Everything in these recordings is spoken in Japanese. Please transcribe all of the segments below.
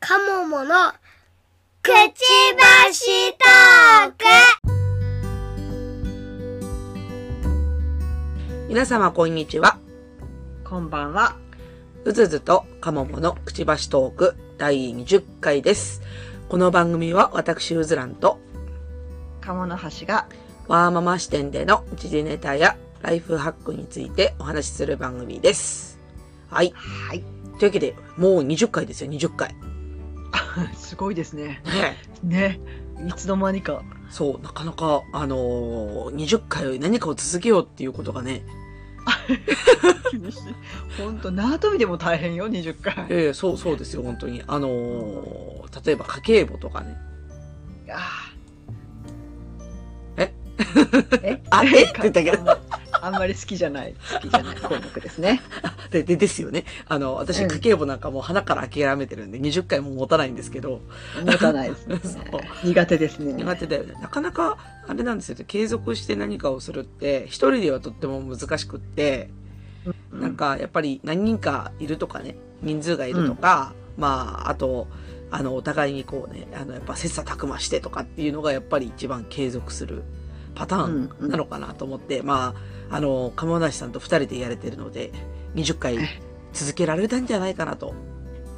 カモモのくちばしトーク皆様こんにちは。こんばんは。うずずとかもものくちばしトーク第20回です。この番組は私うずらんと鴨の橋がワーママ視点での時事ネタやライフハックについてお話しする番組です。はい。はい。というわけで、もう20回ですよ、20回。すごいですね。ねね。いつの間にか。えそう、なかなか、あのー、20回何かを続けようっていうことがね、厳しい。ほんと、縄跳びでも大変よ、20回。ええそう、そうですよ、本当に。あのー、例えば家計簿とかね。あえーえ あえって言ったけどど。あんまり好きじゃない。好きじゃない項目ですね。で、で、ですよね。あの、私、うん家計簿なんかもう鼻から諦めてるんで、20回も持たないんですけ ど、持たないですねそう。苦手ですね。苦手だよね。なかなか、あれなんですよね。継続して何かをするって、一人ではとっても難しくって、うなん、か、やっぱり何人かいるとかね、人数がいるとか、まあ、あと、あの、お互いにこうね、あの、やっぱ切磋琢磨してとかっていうのが、やっぱり一番継続するパターンうんなのかなと思って、まあ、あの、鴨梨さんと二人でやれてるので、20回はい続けられたんじゃないかなと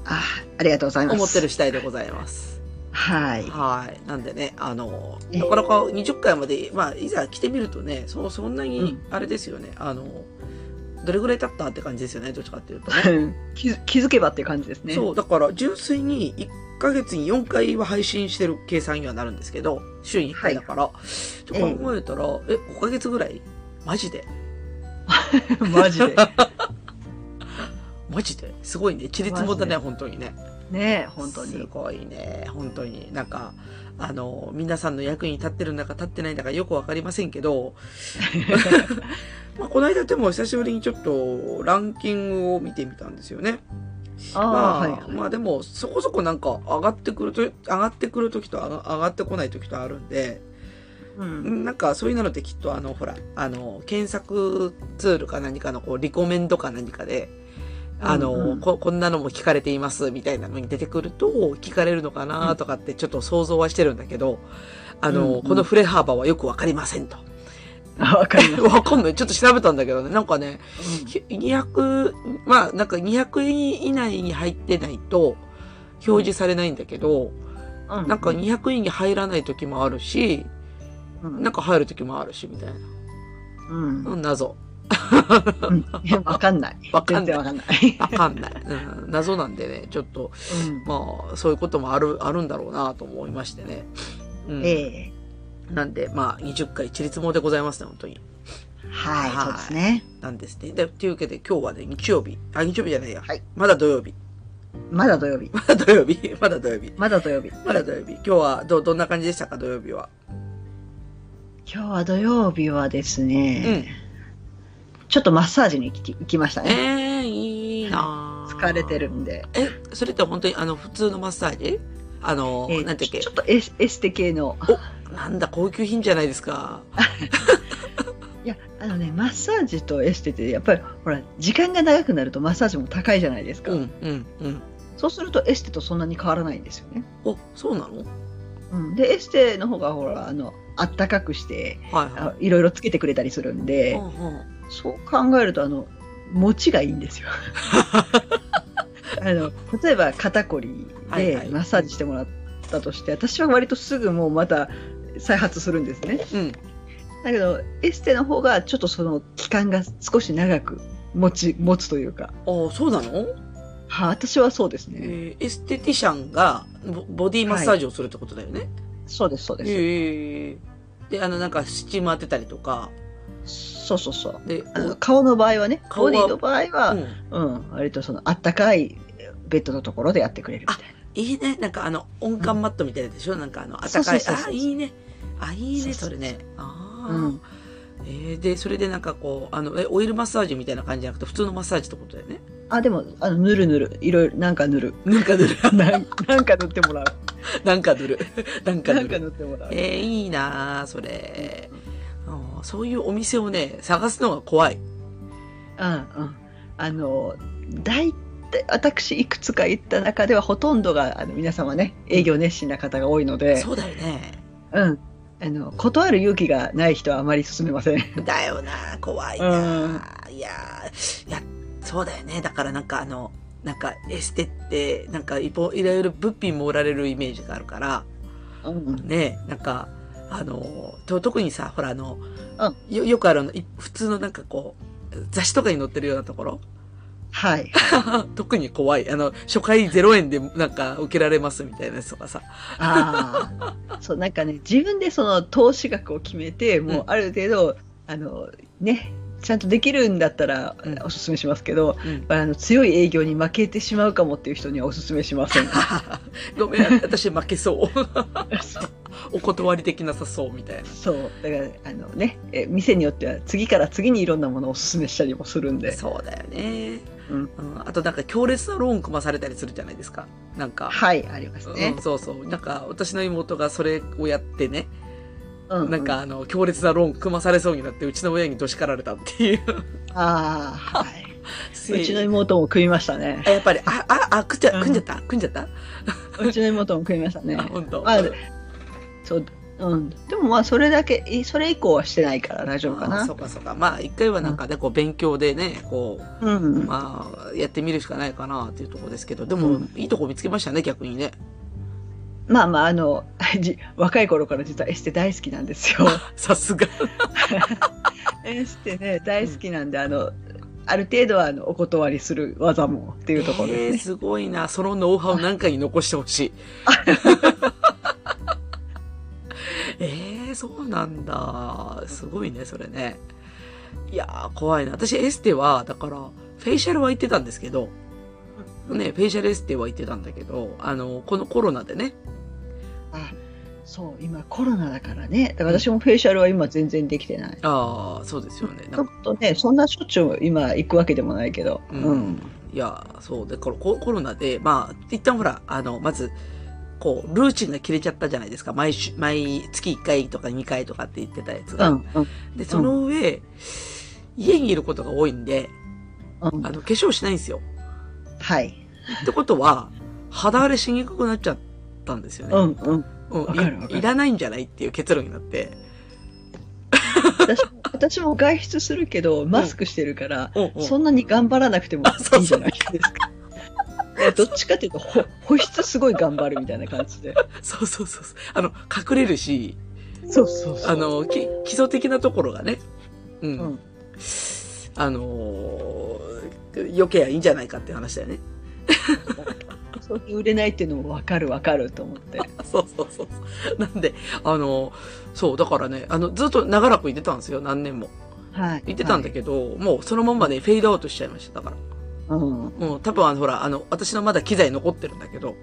あーありがとうございます。思ってる。次第でございます。はい。はい。なんでね、あの、ええなかなか20回まで、まあ、いざ来てみるとね、そそんなうにん、あれですよね、あの、どれぐらい経ったって感じですよね、どっちかっていうとね。気づ気づけばっていう感じですね。そう、だから、純粋に1ヶ月に4回は配信してる計算にはなるんですけど、週に1回だから、と考えたら、え、5ヶ月ぐらいマジでマジで。マジですごいね。規律もだね、マ本当にね。ね本当にす。ごいね本当になんかあの皆さんの役に立ってるんだか立ってないんだかよくわかりませんけ ど、 まあ、この間でも久しぶりにちょっとランキングを見てみたんですよね。ああまあ、はいはいまあでもそこそこなんか上がってくると上がってくる時と上が上がってこない時とあるんでうん。なんかそういうのってきっとあのほらあの検索ツールか何かのこうリコメンドか何かであの、うんうんここんなのも聞かれていますみたいなのに出てくると聞かれるのかなとかってちょっと想像はしてるんだけどあの、うんうんこの振れ幅はよくわかりませんと。 あわかります。わかんない。ちょっと調べたんだけどね。なんかね、うん200、まあなんか200位以内に入ってないと表示されないんだけど、うなんか、200位に入らない時もあるし、うんなんか入る時もあるしみたいな。うん、うん謎。いや わかんない。わかんない全然わかんない。わかんない。うん謎なんでね、ちょっと、まあ、そういうこともある、あるんだろうなと思いましてね。ううんん、ええなんで、まあ、20回、一律もでございますね、本当に。はい、はいそうですね。なんですね。で、というわけで、今日はね、日曜日。あ、日曜日じゃないや。はいまだ土曜日。 まだ土曜日。まだ土曜日。まだ土曜日。まだ土曜日。まだ土曜日。今日は、ど、どんな感じでしたか、土曜日は。今日は土曜日はですうね、ん。ちょっとマッサージに行き行きましたえね。ー、いいなぁ疲れてる。んで。え、それって本当に、あの、普通のマッサージあの、ええなんていうっけちょちょっとエスエステ系の。なんだ、高級品じゃないですか。いや、あのね、マッサージとエステって、やっぱり、ほら、時間が長くなるとマッサージも高いじゃないですか。うん、うん、うん。そうするとエステとそんなに変わらないんですよね。お、そうなのうん、で、エステの方が、ほら、あの、あったかくして、はいあはのいろいろつけてくれたりするんで、い。うんうんそう考えるとあの持ちがいい んですよ。あの例えば肩こりはいはでいマッサージしてもらったとして、私は割とすぐもうまた再発するんですね。うん。だけどエステの方がちょっとその期間が少し長く持ち持つというか、ああ、そうなの、は私はそうですね。えーエステティシャンがボボディマッサージをするってことだよね。そうですそうです。ええで、あの、なんかスチーム当てたりとか、そうそうそう。で、あの顔の場合はね、顔はボディの場合おは、ううん、ん、割とそのあったかいベッドのところでやってくれるみたいな。いいね。なんかあの、温感マットみたいなやつでしょ、なんかあの、暖かい。そうそうそうそうあ、いいね。あ、いいね、そそうそうそれうね。ああ、うん、えーで、それでなんかこう、あの、え、オイルマッサージみたいな感じじゃなくて、普通のマッサージってことだよね。あでもあのぬるぬるいろいろなんかぬる。 なんか塗る。 なんなんか塗ってもらう。なんか塗る。 なんかな塗んかる。塗ってもらう。えー、いいなあそれ。あーそういうお店をね、探すのが怖い。うんうん。あの、だいって私いくつか行った中ではほとんどがあの皆様ね営業熱心な方が多いので、そうだよね。うん、あの断る勇気がない人はあまり勧めません。だよな、怖いな。いやー、いや、そうだよね。だからなんかあの、なんかエステって、なんかいぼいろいろ物品も売られるイメージがあるから、うん、ね、なんか、あの、と特にさ、ほらあの、うよよくあるあの、い普通のなんかこう、雑誌とかに載ってるようなところ はい。特に怖い。あの、初回0円でなんか受けられますみたいなやつとかさ。ああ、そうなんかね自分でその投資額を決めてもうある程度、あのねちゃんとできるんだったらうんおすすめしますけど、うんあの強い営業に負けてしまうかもっていう人にはおすすめしま せん。ごめん、私負けそう。 そうお断りできなさそうみたいな。そうだからあのねえ店によっては次から次にいろんなものをおすすめしたりもするんで、そうだよね、うんあとなんか強烈なローン組まされたりするじゃないですかなんか、はいありますねうん、。そうそうなんか私の妹がそれをやってね、ううなんかあの強烈なローン組まされそうになってうちの親にどしかられたって いうああはい。うちのの妹も組みましたね。 やっぱりあああ組んじゃうん組んじゃった組んじゃった、うちの妹も組みましたねあ。本当、まあ、そう、うん、でもまあそれだけ、いそれ以降はしてないから大丈夫かあなそう。かそうかまあ一回はなんかねこう勉強でねこううん、まあやってみるしかないかなっていうところですけどでも、うんいいとこ見つけましたね逆にねまあまああの じ若い頃から実はエステ大好きなんですよ。さすがエステね大好きなんで、あのある程度はあのお断りする技もっていうところえでーすね。すごいな。そのノウハウ何かに残してほしい。えー、そうなんだ。すごいね、それね。いやー、怖いな。私、エステは、だから、フェイシャルは行ってたんですけど、ね、フェイシャルエステは行ってたんだけど、あの、このコロナでね、あそう今コロナだからねだから私もフェイシャルは今全然できてない。ああ、そうですよね。ちなょんっかとねそんなしょっちゅう今行くわけでもないけど。うんうんいやー、そう。で、このココロナで、まあ、一旦ほら、あの、まず、こう、ルーチンが切れちゃったじゃないですか。毎週、毎月1回とか2回とかって言ってたやつうが。んうんで、その上、家にいることが多いんで、うんあの、化粧しないんですよ。はい。ってことは、肌荒れしにくくなっちゃったんですようね。んうん。うん。わかるわかるいいらないんじゃないっていう結論になって。私も私も外出するけどマスクしてるから、うんうんそんなに頑張らなくてもあそうそういいんじゃないですか。どっちかっていうとほ保湿すごい頑張るみたいな感 じで。そうそうそうそう。あの、隠れるし、そうそうそう。あの、き基礎的なところがね、うん。うんあのー、余計はいいんじゃないかっていう話だよね。 そういう売れないっていうのもわかるわかると思って。そうそうそうそう。なんで、あのー、そう、だからね、あの、ずっと長らく行ってたんですよ、何年も。はい。行ってたんだけど、もうそのまんまね、フェードアウトしちゃいました、だから。はい。うんうんうん、多分あの、ほら、あの、私のまだ機材残ってるんだけど、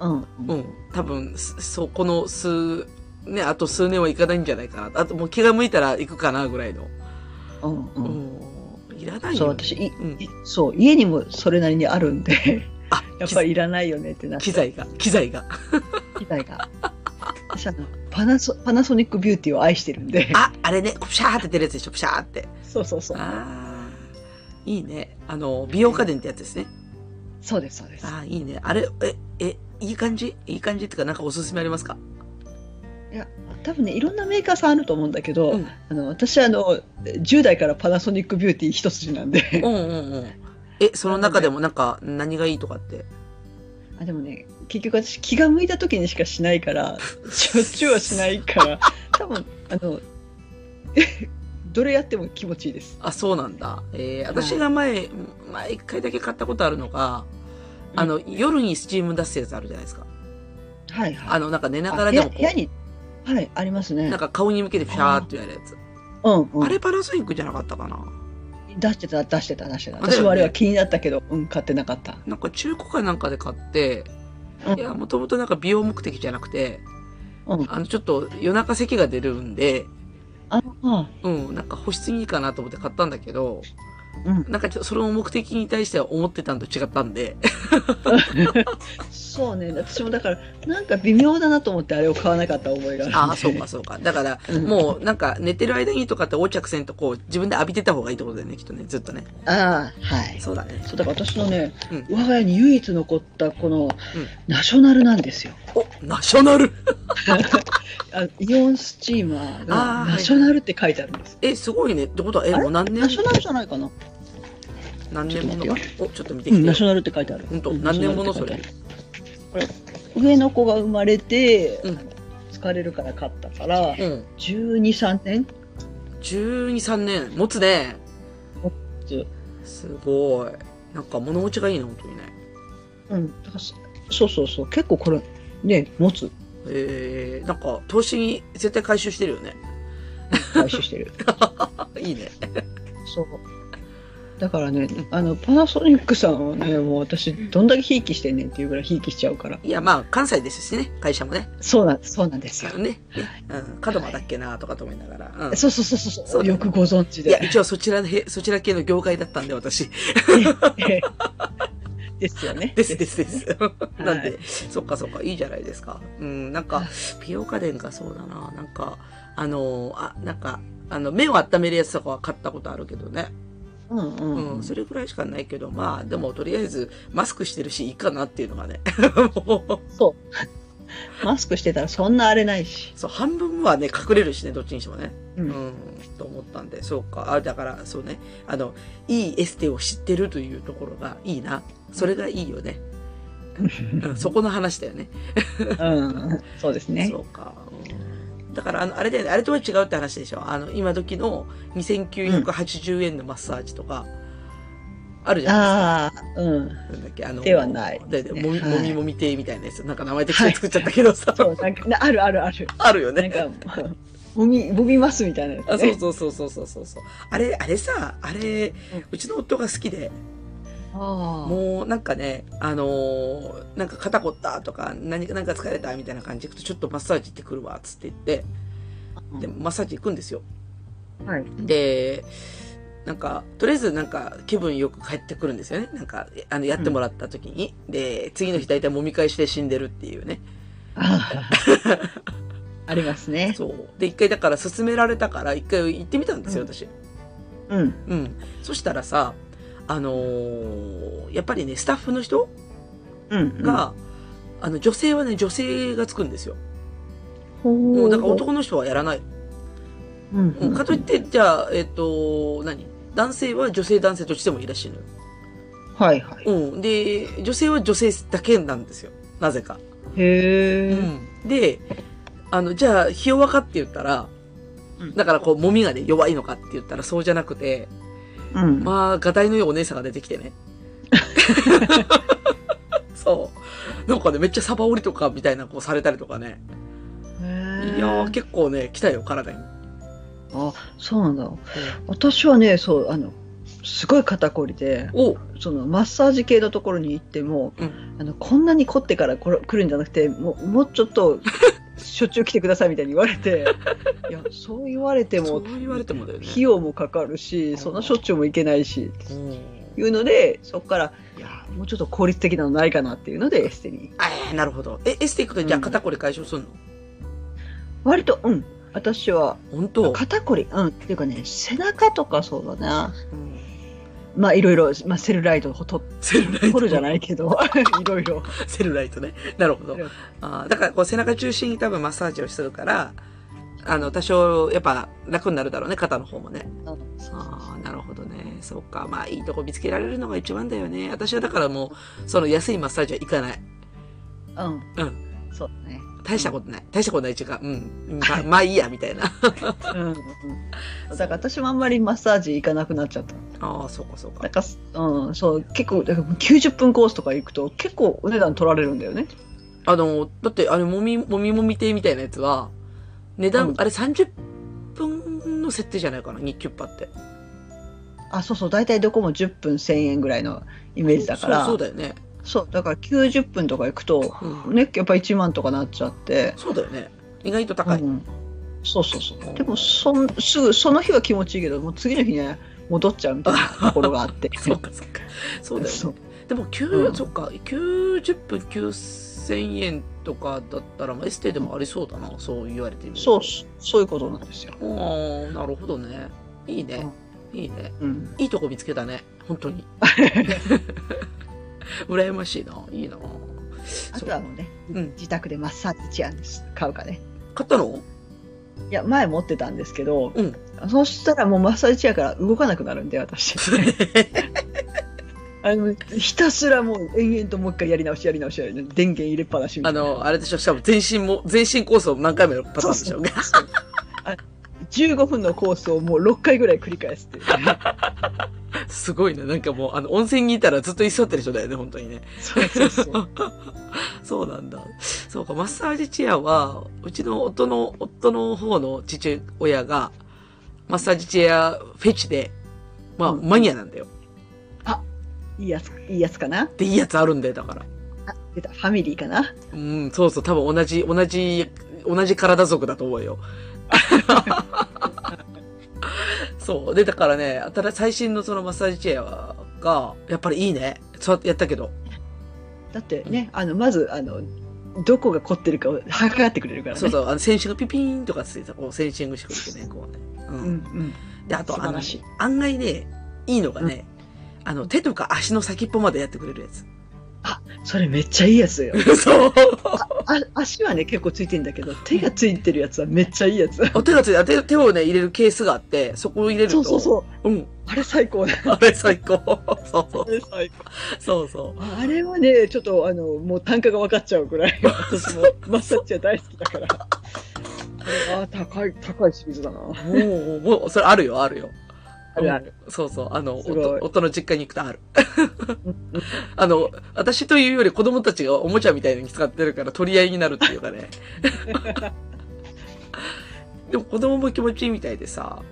うん。うん、多分、すそこの数、ね、あと数年は行かないんじゃないかな。あともう気が向いたら行くかな、ぐらいの。うんううん。ん、いらないそうよ、私い、うんいそう家にもそれなりにあるんであ、 やっぱりいらないよねってなっ機機て材が、機材が。機材が。私あのパナソパナソニックビューティーを愛してるんで。あ、あれね、プシャーって出るやつでしょ、プシャーって。そうそうそう。あーいいね。あの、美容家電ってやつですね。そうですそうです。あーいいね。あれ、え、え、いい感じいい感じっていうか、なんかおすすめありますかいや多分ねいろんなメーカーさんあると思うんだけど、うんあの私あの10代からパナソニックビューティー一筋なんで、うんうんうん。え、その中でもなんか、何がいいとかって。あでもね結局私気が向いた時にしかしない からしょっちゅうはしないから多分あの えどれやっても気持ちいいです。あ、そうなんだ。えー私が前、前一回だけ買ったことあるのが、あの、夜にスチーム出すやつあるじゃないですか。はいはい。あの、なんか寝ながらでもあこ部屋部屋う、にはいありますね。なんか顔に向けてピシャーってやるやつ。うんうん、あれパナソニックじゃなかったかな出してた出してた出してた。あだよね私もあれは気になったけどうん買ってなかった。なんか中古かなんかで買って、うんいや、もともとなんか美容目的じゃなくて、うんあの、ちょっと夜中咳が出るんで、ああうん、なんか保湿にいいかなと思って買ったんだけど、うん。 なんかちょっとその目的に対しては思ってたんと違ったんで、そそうね私もだからなんか微妙だなと思ってあれを買わなかった覚えがあるんでああ、そうか、そうか。だから、うんもう、なんか、寝てる間にとかって、横着線とこう、自分で浴びてた方がいいってことだよね、きっとね、ずっとね。ああはいそうだね。そうだから私のね、うん我が家に唯一残ったこの、ナショナルなんですよお、ナショナルあイオンスチーマーあがーナショナルって書いてあるんです、え、すごいね。ってことは、え、あれもう何ナ年ショナルじゃないかな、何年ものちょっかと待お、ちょっと見てうん、ナきシて。ョナルって書いてあるうんとうん何年ものナショナルって書いてあるこれ上の子が生まれて、うん疲れるから買ったからうん。 123年12、3年。持つね。つすごい。なんか、物持ちがいいな、本当にね。うん、だからそそうそうそう結構これね持つえー、なんか、投資に絶対回収してるよね。回収して るいいね。そうだからねあのパナソニックさんはねもう私どんだけひいきしてんねんっていうぐらいひいきしちゃうからいや、まあ、関西ですしね、会社もね。そうなんそうなんですよ、ね。ねうん。門真だっけな、とかと思いながら。うん。そうそうそうそうそうよくご存知いや、で一応そちらのへ、そちら系の業界だったんで、私。 ですよねですですです。なんはで、そっかそっか、いいじゃないですか。うん、なんかはい、美容家電かそうだな。なんか、あの、あ、なんか、あの、目を温めるやつとかは買ったことあるけどね。うんう、うんん、それぐらいしかないけど、まあ、でも、とりあえず、マスクしてるし、いいかなっていうのがね。 もう、そうマスクしてたらそんな荒れないしそう、半分はね、隠れるしね、どっちにしてもね。う、うんん、と思ったんで、そうか。あ、だから、そうね。あの、いいエステを知ってるというところがいいな。それがいいよね。 うんそこの話だよね。うん、そうですねそうか。うんだから、あの、あれだよね。あれとは違うって話でしょ。あの、今時の2980円のマッサージとか、あるじゃないああうんですか。なんだっけ、あの、ではないだよねもみ、はいもみもみ亭みたいなやつ。なんか名前適当に作っちゃったけどさ、そうなん かなあるあるあるあるよなねん。か、もみ、もみますみたいなやつ、ね。あそうそうそうそうそうそうそう。あれ、あれさ、あれ、うちの夫が好きで、あーもうなんかね、あのーなんか肩こったとか、何か、なんか疲れたみたいな感じで行くと、ちょっとマッサージ行ってくるわ、つって言って、で、マッサージ行くんですよ。はい。で、なんか、とりあえずなんか気分よく帰ってくるんですよね。なんか、えあの、やってもらった時に。で、次の日大体揉み返して死んでるっていうね。あー ありますね。そう。で、一回だから勧められたから、一回行ってみたんですよ、うん私。うん。うん。そしたらさ、あのーやっぱりね、スタッフの人うん。が、あの、女性はね、女性がつくんですよ。うん、もうだから男の人はやらない。うん、ううんん。かといって、じゃあ、えっ、と、何男性は女性男性としてもいらっしゃるはいはい。のよ。うん。で、女性は女性だけなんですよ。なぜか。へうん。え。で、あの、じゃあ、ひ弱かって言ったらうん、だからこう、揉みがね、弱いのかって言ったらそうじゃなくて、うん。まあ、がたいのいいお姉さんが出てきてね。そう。なんかね、めっちゃサバ折りとかみたいなこうされたりとかね。へーいやー、結構ね、来たよ、体に。あ、そうなんだ。私はね、そう、あの、すごい肩こりで、おそのマッサージ系のところに行っても、うあのこんなに凝ってからこれ来るんじゃなくて、もうもうちょっとしょっちゅう来てくださいみたいに言われ て、いやそう言われてそもう言われてもだよね。費用もかかるし、そんなしょっちゅうも行けないし、いうので、そこから、いや、もうちょっと効率的なのないかなっていうので、エステに。ああ、なるほど。え、エステ行くとじゃあうん肩こり解消するの、割と、うん、私は、本当、肩こり、うん、っていうかね、背中とかそうだな。うんまあ、いろいろ、まあ、セルライトを取セルライト。るじゃないけど、 いろいろ。セルライトね。なるほどセルライ。あーだからこう背中中心に多分マッサージをするから、あの、多少やっぱ楽になるだろうね、肩の方もね。ああ、なるほどね。そうか。まあいいとこ見つけられるのが一番だよね。私はだからもう、その安いマッサージは行かない。うん、うそうだね。大したことない。大したことないっていうか、うん。ままあいいや、みたいな。うん、うん。だから私もあんまりマッサージ行かなくなっちゃった。ああ、そうかそうかなん。か、うん、そう、結構、だから90分コースとか行くと、結構お値段取られるんだよね。あの、だって、あれ、もみ、もみもみ亭みたいなやつは、値段、うんあれ30分の設定じゃないかな、日給パって。あ、そうそう、大体どこも10分1000円ぐらいのイメージだから。そうそうだよね。そう、だから90分とか行くと、うん。ね、やっぱ1万とかなっちゃって、そうだよね。意外と高い。うん、そうそうそう。でもそん、すぐ、その日は気 。持ちいいけど、もう次の日ね、戻っちゃうみたいなところがあってそうか、そうか。そうだよそねう。でも、9、うんそっか、90分9000円とかだったら、まあ、エステでもありそうだな、そう言われてみると。そうしそういうことなんですよ。ああ、なるほどね。いいね。いいね。うん、いいとこ見つけたね。本当 に。羨ましいな。いいな。あそとはう。もうね、うん自宅でマッサージチェアにす買うかね。買った のいや、前持ってたんですけど、うんそしたらもうマッサージチェアから動かなくなるんで、私。あのひたすらもう延々ともう一回やり直しやり直しやり直し電源入れっぱなしみたあいなの、あれでしょ、しかも全身も、全身コースを何回もやるパターンでしょ。そうそうあ15分のコースをもう6回ぐらい繰り返すっていうすごいね。なんかもう、あの、温泉にいたらずっと居座ってる人だよね、本当にね。そうそうそうそうなんだ。そうか、マッサージチェアは、うちの夫の、夫の方の父親が、マッサージチェアフェチで、まあ、うんマニアなんだよ。いいやついいやつかなで、いいやつあるんだよ、だから。あ出たファミリーかなうん、そうそう、多分同じ、同じ、同じ体族だと思う よ。そう。で、だからね、新最新のそのマッサージチェアが、やっぱりいいね。そうやってやったけど。だってねあのまずあのどこが凝ってるかを測ってくれるからねそうそう、あの、センシングピピーンとかつってさ、こう、センシングしてくれてね、こうね。う。うんんで、あと、素あ晴のらしい、案外ね、いいのがね、あの、手とか足の先っぽまでやってくれるやつ。 うん、それめっちゃいいやつよそう。あ足はね結構ついてんだけど手がついてるやつはめっちゃいいやつお手がついて、手手をね、入れるケースがあって、そこを入れると。そうそうそうう。うん。 あれ最高だあれ最高。そうそうあ。れ最高そうそう。あれはね、ちょっとあのもう単価が分かっちゃうぐらい、私もマッサージは大好きだから。これは高い、高いシリーズだな。もう、もう、それあるよ、あるよ。あるある。そうそう。あの、すごい夫夫の実家に行くとある。 あの、私というより子供たちがおもちゃみたいに使ってるから取り合いになるっていう かね。でも子供も気持ちいいみたいでさ。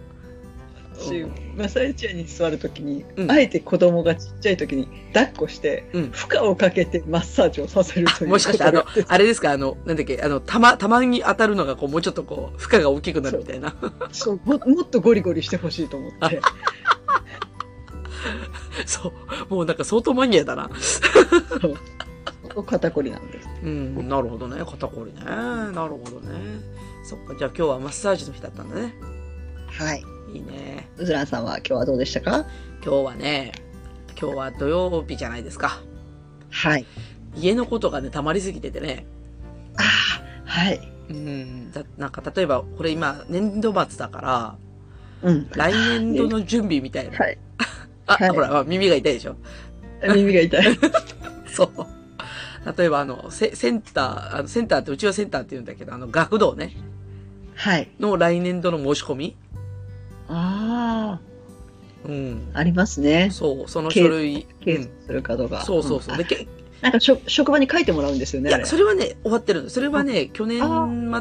私うんマッサージチェアに座るときに、うんあえて子供がちっちゃいときに抱っこして、うん負荷をかけてマッサージをさせるという。もしかして、あの、あれですか、あの、なんだっけ、あの、たま、たまに当たるのが、こう、もうちょっとこう、負荷が大きくなるみた いな。そうも、もっとゴリゴリしてほしいと思って。そう。もうなんか相当マニアだな。そう肩こりなんです。うん、なるほどね。肩こりね。なるほどね。そっか、じゃあ今日はマッサージの日だったんだね。はい。いいね。うずらんさんは今日はどうでしたか今日はね、今日は土曜日じゃないですか。はい。家のことがね、溜まりすぎててね。ああ、はい。うん、だなんか例えば、これ今、年度末だから、うん。来年度の準備みたいな。はい。あ、はいほら、耳が痛いでしょ。耳が痛い。 そう。例えば、あの、セセンター、あのセンターって、うちはセンターって言うんだけど、あの、学童ね、はい。の来年度の申し込み。あうん。あ、ありますね。そう、そのけ書類。ケうーんスするかどうか。そうそうそう。んで、けなんかしょ職場に書いてもらうんですよいね。あれや、それはね、終わってるの。それはね、去年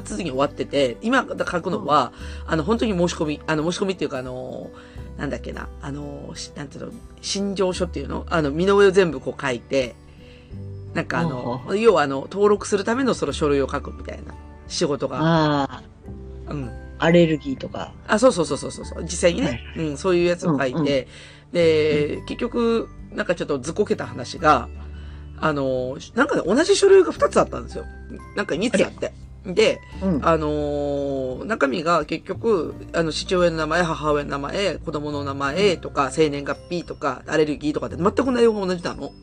末に終わってて、今書くのは、あの、本当に申し込み、あの、申し込みっていうか、あの、なんだっけな、あの、しなんていうの、心情書っていうのあの、身の上を全部こう書いて、なんかあほうほの、要はあの、登録するためのその書類を書くみたいな仕事が。あうん。あ、アレルギーとか。あ、そうそうそうそうそうそう。実際にね、はいうん、そういうやつを書いて、うんうんで、結局、なんかちょっとずっこけた話が、あの、なんかね、同じ書類が2つあったんですよ。なんか2つあって。で、うん。あのー中身が結局、あの、父親の名前、母親の名前、子供の名前とか、生年月日とか、アレルギーとかって全く内容が同じなの。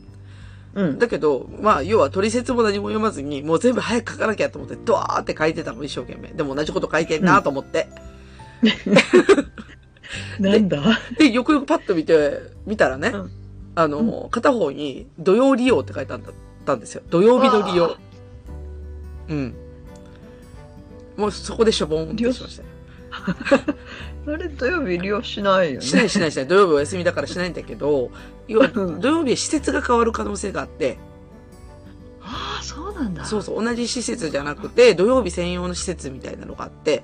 うん。だけど、まあ、要は取説も何も読まずに、もう全部早く書かなきゃと思って、ドワーって書いてたの、一生懸命。でも同じこと書いてんなと思って。なんだで、よくよくパッと見て、見たらね、うんあの、片方に土曜利用って書いてあったたんですよ。土曜日の利う用わ。うん。もうそこでしょぼんってしましたよ。あれ土曜日利用しないよしな。いしないしない。土曜日お休みだからしないんだけど、要はうん土曜日は施設が変わる可能性があって、ああ、そうなんだ。そうそう、同じ施設じゃなくて、土曜日専用の施設みたいなのがあって、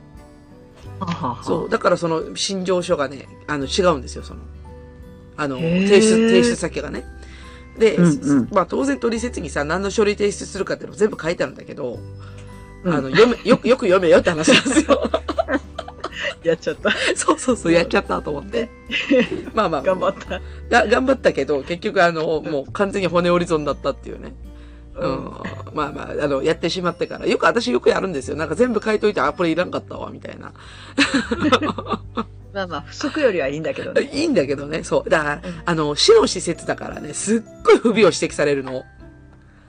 はははそう、だからその、診療所がね、あの、違うんですよ、その。あの、へー提出、提出先がね。で、うんうんまあ当然取説にさ、何の書類提出するかっていうのを全部書いてあるんだけど、うん あの、読め、よく、よく読めよって話なんですよ。やっちゃった。そうそうそう、やっちゃったと思 って。まあまあ、頑張った。が頑張ったけど、結局あの、もう完全に骨折り損だったっていうね。ううんん。まあまあ、あの、やってしまったから。よく、私よくやるんですよ。なんか全部書いといて、あ、これいらんかったわ、みたいな。まあまあ、不足よりはいいんだけどね。いいんだけどね、そう。だからうん、あの、市の施設だからね、すっごい不備を指摘されるの。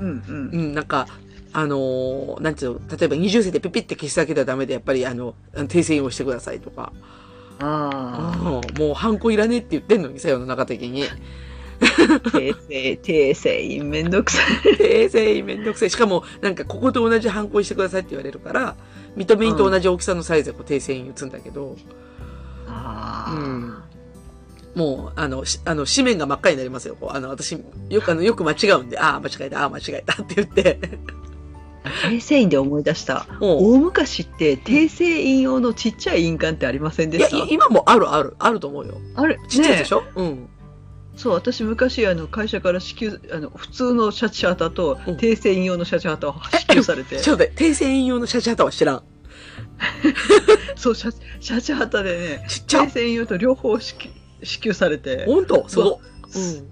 うんう、うんなんか、あのーなんていうの、例えば20世でピピって消すだけではダメで、やっぱりあの、訂正をしてくださいとか。ん。ああ。うんもうハンコいらねえって言ってんのにさ、世の中的 に。訂正、訂正、めんどくさい。訂正めんどくせえ。しかも、なんか、ここと同じハンコにしてくださいって言われるから、認め印と同じ大きさのサイズでこう訂正印打つんだけど、あうんもう、あの、しあの、紙面が真っ赤になりますよ。こうあの、私、よく、あの、よく間違うんで、ああ、間違えた、ああ、間違えたって言って、あ。訂正印で思い出した。もう、大昔って訂正印用のちっちゃい印鑑ってありませんでいや、しいた今もあるある、あると思うよ。あれちっちゃいやつねでしょ、うん。そう私昔あの会社から支給あの普通のシャチハタとうん訂正印用のシャチハタを支給されてちょっと待って、訂正印用のシャチハタは知らん。そうシャシャチハタでねちっちゃ訂。正印用と両方支給支給されてほんと、すご。ううんん。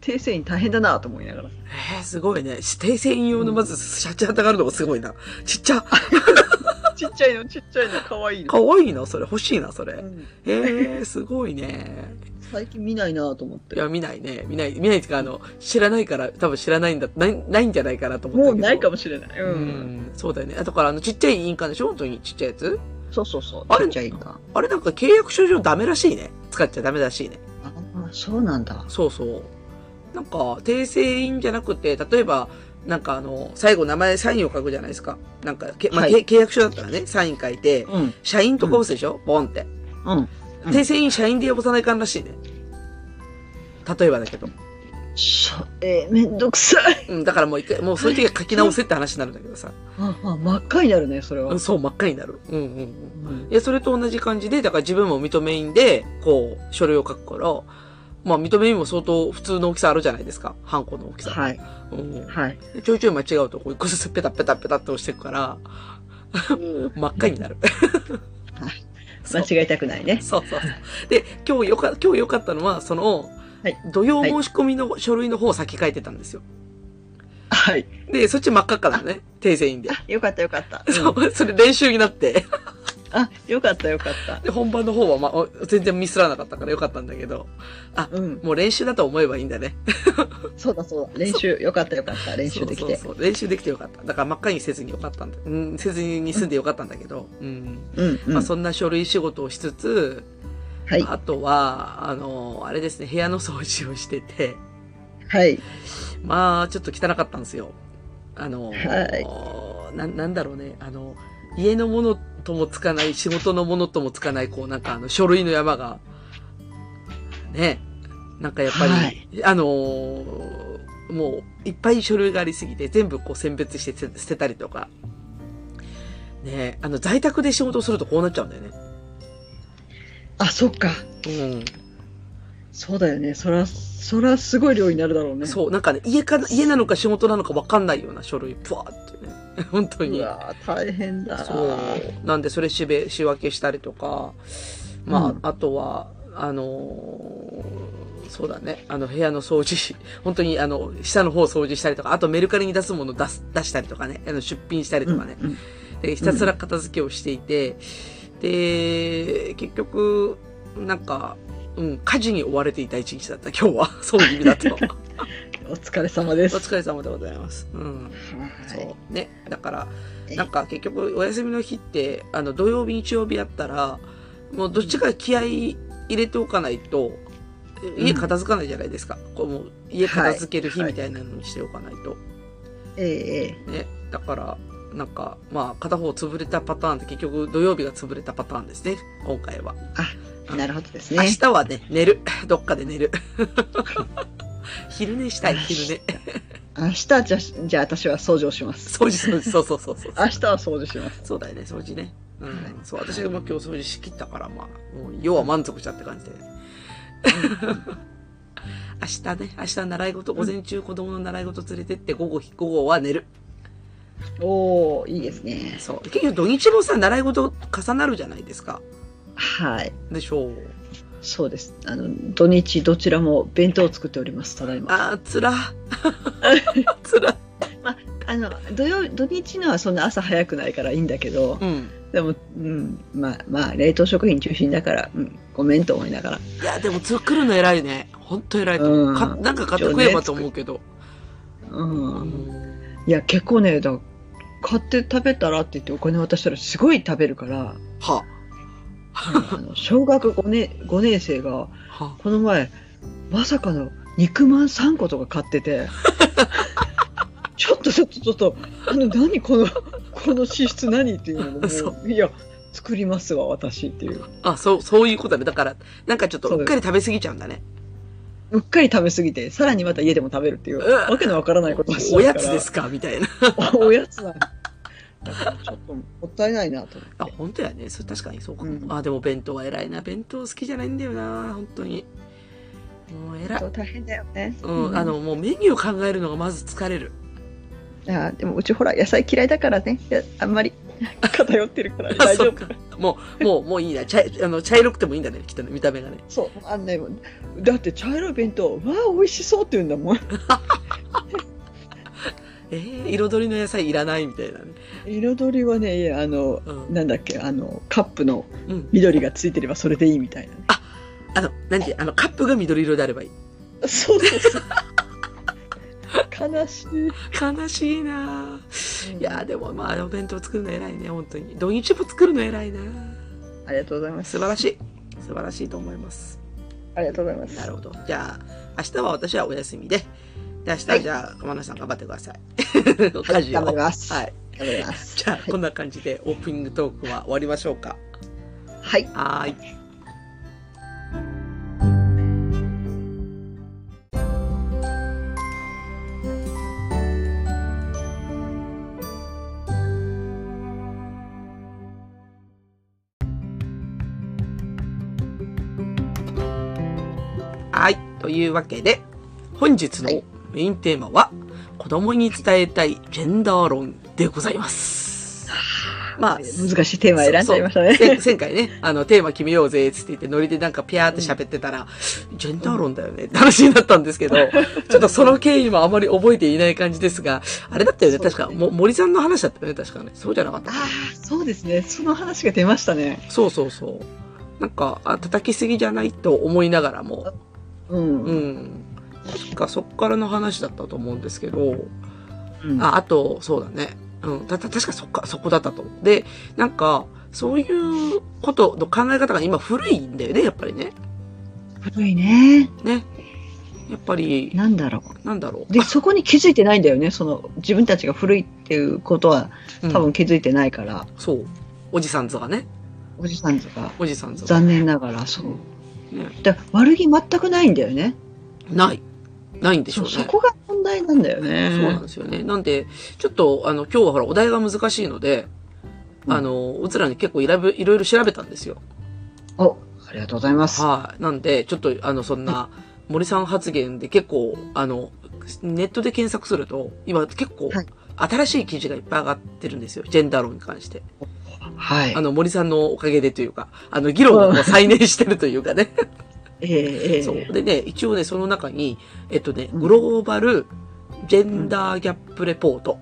訂正印大変だなと思いながらえー、すごいね。し訂正印用の、まず、シャチハタがあるのがすごいな。ちっちゃ。ちっちゃいのちっちゃいの可愛いかの、わいいな、それ。欲しいな、それ。うんへえ、すごいね。最近見ないなと思っいてや、見ないね。見ない、見ないっていうか、あの、知らないから、多分知らないんだ、ない、ないんじゃないかなと思ったもうないかも。もしれない、ううんん。そうだよね。あとから、あの、ちっちゃい印鑑でしょ本当にちっちゃいやつそうそうそうあちれっちゃいのがあれなんか契約書上ダメらしいね。使っちゃダメらしいね。ああそうなんだそうそう。なんか、訂正印じゃなくて、例えば、なんかあの、最後名前サインを書くじゃないですか。なんか、けまあはいけ契約書だったらね、サイン書いて、うん社員とか押すでしょ、ボンって。うんうん訂正印社員で呼ばないかんらしいね。例えばだけど。そえー、めんどくさい、うん、だからもう一回、もうそういう時は書き直せって話になるんだけどさ。ああ真っ赤になるねそれは、うん、そう、真っ赤になる。うんうんうん。うんいや、それと同じ感じで、だから自分も認め印で、こう、書類を書くから、まあ、認め印も相当普通の大きさあるじゃないですか。ハンコの大きさ。はいうんうんはいでちょいちょい間違うと、こう、一個ずつペタペタペタって押していくから、真っ赤になる。間違いたくないね そうそうそう。で、今日よか、今日よかったのは、その、はい土曜申し込みの書類の方を先書いてたんですよ。はいで、そっち真っ赤っかだね。訂正印で。あよかったよかった、う んそう、それ練習になって。あよかったよかったで、本番の方は、まあ、お全然ミスらなかったからよかったんだけど、うんもう練習だと思えばいいんだね。そうだそうだ練習よかったよかった練習できてそうそうそう練習できてよかった。だから真っ赤にせずによかったんだ。うん、せずに住んでよかったんだけど、うん。うんうんまあ、そんな書類仕事をしつつ、はいあとは、あの、あれですね、部屋の掃除をしてて、はいまあ、ちょっと汚かったんですよ。あの、ななんだろうね、あの、家のものともつかない、仕事のものともつかない、こう、なんかあの、書類の山が、ね、なんかやっぱり、はいあのーもう、いっぱい書類がありすぎて、全部こう、選別して捨て捨てたりとか、ね、あの、在宅で仕事をするとこうなっちゃうんだよね。あそっかうん。そうだよねそらそらすごい量になるだろうねそう、なんかね、家か、家なのか仕事なのかわかんないような書類、ぷわーってね。 本当に。うわー大変だそう。なんで、それしべ、仕分けしたりとか、まあ、うんあとは、あのーそうだね。あの、部屋の掃除 し、本当に、あの、下の方掃除したりとか、あとメルカリに出すもの出す、出したりとかね、あの、出品したりとかね。うんで、ひたすら片付けをしていて、で、結局、なんか、うん、家事に追われていた一日だった、今日は。 そういう意味だと。お疲れ様でおす疲れ様でございます。うん。はそう。ね。だから、いなんか結局お休みの日って、あの土曜日、日曜日やったら、もうどっちか気合い入れておかないと、ん家片付かないじゃないですか。こうもう家片付ける日はいみたいなのにしておかないと。えええね。だから、なんか、まあ、片方潰れたパターンで、結局土曜日が潰れたパターンですね。今回は。えなるほどです明ね日はね、寝る。 どっかで寝る。昼寝したい、昼寝。明日じゃじゃあ私は掃除をします掃除、掃除、そうそうそうそう。明日は掃除しますそうだよね、掃除ね。うはいん、そう、私がもう今日掃除しきったから、まあ、もう、要は満足したって感じで。明日ね、明日習い事、午前中子供の習い事連れてって、午後、午後は寝る。おおいいですね。そう。結局土日もさ、習い事重なるじゃないですか。はい。でしょう。そうです。あの土日どちらも弁当を作っております。ただいま。あー、つ ら。つら。あの土曜土日のはそんな朝早くないからいいんだけど、うん。でも、うん、まあまあ冷凍食品中心だから、うん、ごめんと思いながら。いや、でも作るの偉いね。ほんと偉いと思う。うんかなんか買って食えばと思うけど。う。うんんいや結構ねだ買って食べたらって言ってお金渡したらすごい食べる から。は、あの小学5年 ,5 年生がは。この前まさかの肉まん3個とか買って てちょっとちょっとちょっとあの何このこの脂質何っていうのそもういや作りますわ私っていうあ、そう、そういうことだね。だから、なんかちょっとそううっですかり食べ過ぎちゃうんだね。うっかり食べ過ぎてさらにまた家でも食べるっていううわわけのわからないことをしちゃ おうからやつですかみたいな。 おおやつなんだだからちょっともったいないなと思ってあ、本当やね。それ確かにそうかうんも。あ、でも弁当は偉いな。弁当好きじゃないんだよな。本当に。もう偉い。大変だよねうん、あの、もうメニュー考えるのがまず疲れる。あでもうちほら野菜嫌いだからねいやあんまり 偏ってるから 大そ丈う夫かもう、もう、もういいな。茶あの茶色くてもいいんだね。きっとね、見た目がね。そう、あのね、だって茶色い弁当、わあ、美味しそうって言うんだもん。 えー、彩りの野菜いらないみたいなね。彩りはね、あの、うん。なんだっけ、あの、カップのうん。緑がついてればそれでいいみたいなね。あの、なんて、あの、カップが緑色であればいい。そうそう そう。悲し悲しいなぁい。いやーでもまあ、お弁当作るの偉いね。本当に。土日も作るの偉いなありがとうございます。素晴らい。しい。素晴らしいと思います。ありがとうございます。なるほど。じゃあ、明日は私はお休みで、で明日ははいじゃあ、駒野さん頑張ってください。 お家事を。頑張ります。はい。頑張ります。じゃあ、こんな感じでオープニングトークは終わりましょうか。はい。はーい。はい。というわけで、本日のはいメインテーマは、子供に伝えたいジェンダー論でございます。まあ、難しいテーマ選んじゃいましたね。前前回ね、あの、テーマ決めようぜ、つって言って、ノリでなんかピャーって喋ってたら、ジェンダー論だよねって話になったんですけ ど、ちょっとその経緯もあまり覚えていない感じですが、あれだったよね、そうで確すか、も森さんの話だったよね、確かね。そうじゃなかったああ、そうですね。その話が出ましたね。そうそうそう。なんか、あ叩きすぎじゃないと思いながらも、うん。ううんん。確かそっからの話だったと思うんですけど、あ、あと、そうだね。うん。た、た、確かそっか、そこだったと思う。で、なんか、そういうことの考え方が今古いんだよね、やっぱりね。古いね。ね。やっぱり、なんだろう。なんだろう。でそこに気づいてないんだよねその自分たちが古いっていうことはうん多分気づいてないから、そう。おじさんずがね。おじさんとかおじさんずが。残念ながらそうね、だから悪気全くないんだよねない。ないんでしょうそね。そこが問題なんだよねそうなんですよね。なんで、ちょっと、あの、今日はほら、お題が難しいので、うんあの、うつらに結構いらぶいろいろ調べたんですよ。おありがとうございますはい。なんで、ちょっと、あの、そんな、森さん発言で結構、あの、ネットで検索すると、今結構、はい新しい記事がいっぱい上がってるんですよ。ジェンダー論に関して。はいあの、森さんのおかげでというか、あの、議論をこう再燃してるというかね。ええええそう。えでね、一応ね、その中に、えっとね、うんグローバルジェンダーギャップレポート、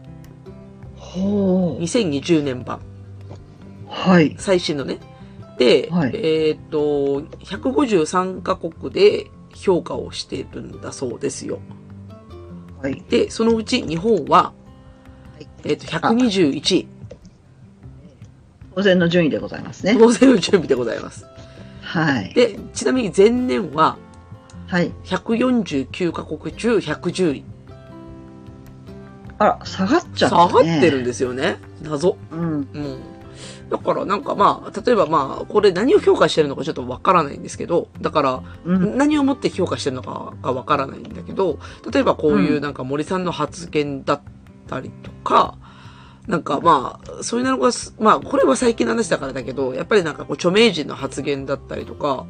ほう2020年版、はい最新のね。で、はいえっと、153カ国で評価をしてるんだそうですよ。はいで、そのうち日本は、はいえっ、と、121位。当然の順位でございますね当然の準備でございます。はいで、ちなみに前年は、はい149カ国中110位。あら下がっちゃ下った、がね、ってるんですよね。謎。うんうん。だからなんかまあ、例えばまあ、これ何を評価してるのかちょっとわからないんですけど、だからうん何をもって評価してるのかがわからないんだけど、例えばこういううなんか森さんの発言だったりとか、なんかまあ、そういうのがす、まあ、これは最近の話だからだけど、やっぱりなんかこう著名人の発言だったりとか、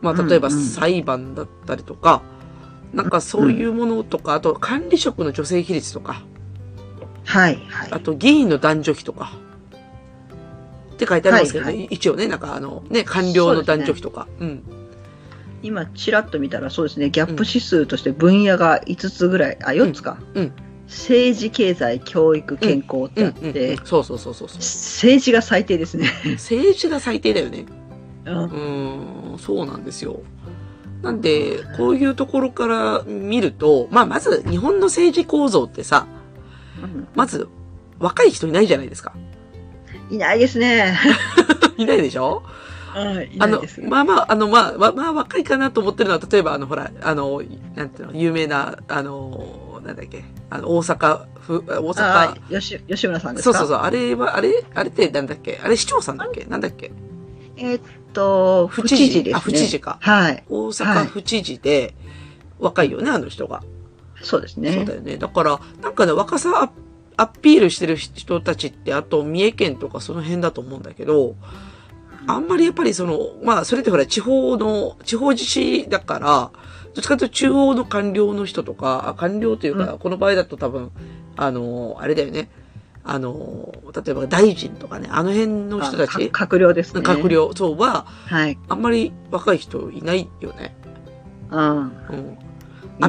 まあ、例えばうんうん裁判だったりとか、なんかそういうものとか、あと管理職の女性比率とか、はいはいあと、議員の男女比とか。って書いてありますけど、はいは一応ね、なんかあの、ね、官僚の男女比とか。うん。今ちらっと見たらそうですねギャップ指数として分野が5つぐらい、あ4つか、うんうん政治経済教育健康っうてあっんて、、うん。そうそうそうそうそう。政治が最低ですね、政治が最低だよね。うんうーん、そうなんですよ。なんで、こういうところから見ると、まあ、まず、日本の政治構造ってさ、まず、若い人いないじゃないですか。 いないですねいないでしょはいいあないのです、まあまあ、あの、まあ、まあ、まあ、若いかなと思ってるのは、例えば、あの、ほら、あの、なんていうの、有名な、あの、なんだっけ、あの、大阪府、あ大あ阪、吉吉村さんですそうかそうそう、あれは、あれ、あれってなんだっけ、あれ市長さんだっけ、なんだっけ、えーっと府府知知事事ですねあ府知事かはい大は阪い府知事で、若いよね、あの人が。そうですねそうだよね。だから、なんかね、若さアアピールしてる人たちって、あと、三重県とかその辺だと思うんだけど、あんまりやっぱりその、まあ、それってほら、地方の、地方自治だから、どっちかというと中央の官僚の人とか、あ官僚というか、この場合だと多分、あの、あれだよね。あの、例えば大臣とかね、あの辺の人たちあ、か閣僚ですね閣僚、そうは、はいあんまり若い人いないよね。うんうん。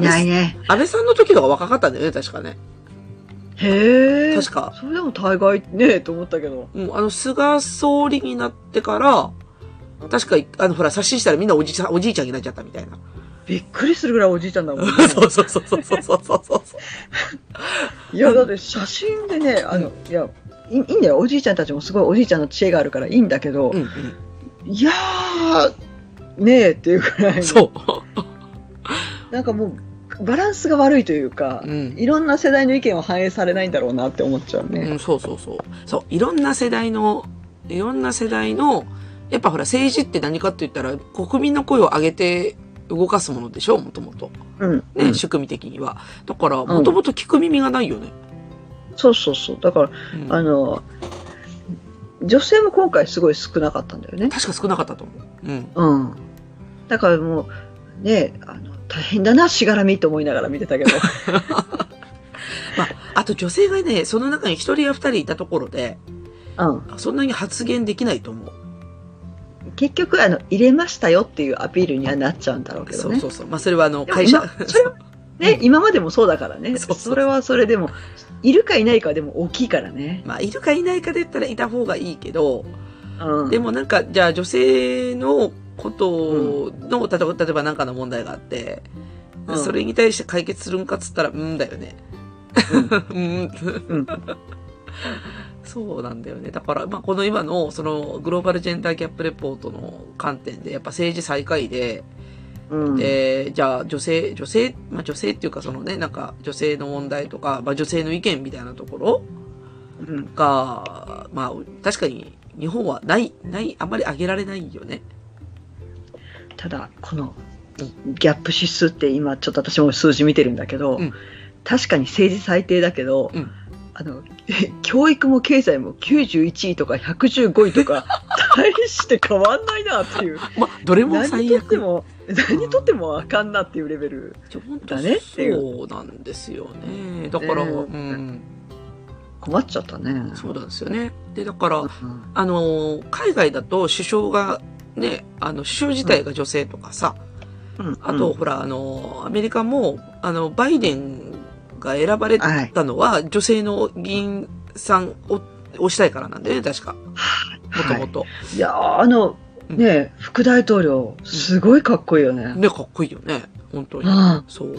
いないね安倍さんの時の方が若かったんだよね、確かね。へえ確か。それでも大概ねえと思ったけどもうあの、菅総理になってから、確か、あの、ほら、刷新したらみんなおじさん、おじいちゃんになっちゃったみたいな。びっくりするぐらいおじいちゃんだもんね そうそうそうそうそうそうそうそう。いやだって写真でねあの、いやいいいんだよおじいちゃんたちもすごいおじいちゃんの知恵があるからいいんだけど、うんういやーねえっていうぐらいのん。そう。なんかもうバランスが悪いというか、うんいろんな世代の意見は反映されないんだろうなって思っちゃううね。ん、そうそうそう。そう、いろんな世代の、いろんな世代の、やっぱほら、政治って何かって言ったら、国民の声を上げて動かすものでしょ、もともと。うん、ね、うん仕組み的には。だから、もともと聞く耳がないよね。そうそうそうだから、うんあの女性も今回すごい少なかったんだよね。確か少なかったと思う。うん。うん、だからもうねあの大変だなしがらみと思いながら見てた けど。まあ、あと女性がね、その中に一人や二人いたところで、うんそんなに発言できないと思う。結局あの入れましたよっていうアピールにはなっちゃうんだろうけどそね。うそうそう。まあ、それはあの、でも会社。 今それはね、うん今までもそうだからねそうそうそうれはそれでもいるかいないかはでも大きいからね、まあ、いるかいないかで言ったらいた方がいいけど、うん、でもなんか、じゃあ女性のことの、例えば、例えばなんかの問題があって、うんそれに対して解決するんかっつったら、うんだよね。 うん、うんそうなんだよね。だから、まあ、この今の、その、グローバルジェンダーギャップレポートの観点で、やっぱ政治最下位で、うんで、じゃあ女性、女性、まあ女性っていうかそのね、なんか女性の問題とか、まあ女性の意見みたいなところうんが、まあ確かに日本はない、ない、あんまり上げられないよね。ただこのうギャップ指数って今ちょっと私も数字見てるんだけど、うん確かに政治最低だけど、うんあの 教育も経済も91位とか115位 とか大して変わんないなっていうまあ、どれも何最とって悪。も何とってもあかんなっていうレベル本当だねっていうそうなんですよね。だから、うんうん、困っちゃったね。そうなんですよね。で、だから、うんあの、海外だと首相が、ね、あの、首相自体が女性とかさ、うんあと、ほら、あの、アメリカも、あの、バイデンが選ばれたのは、女性の議員さんを押したいからなんだよね、確か。もともと。いやーあのうんねえ副大統領すごいかっこいいよね。ね、かっこいいよね、本当に。あそう。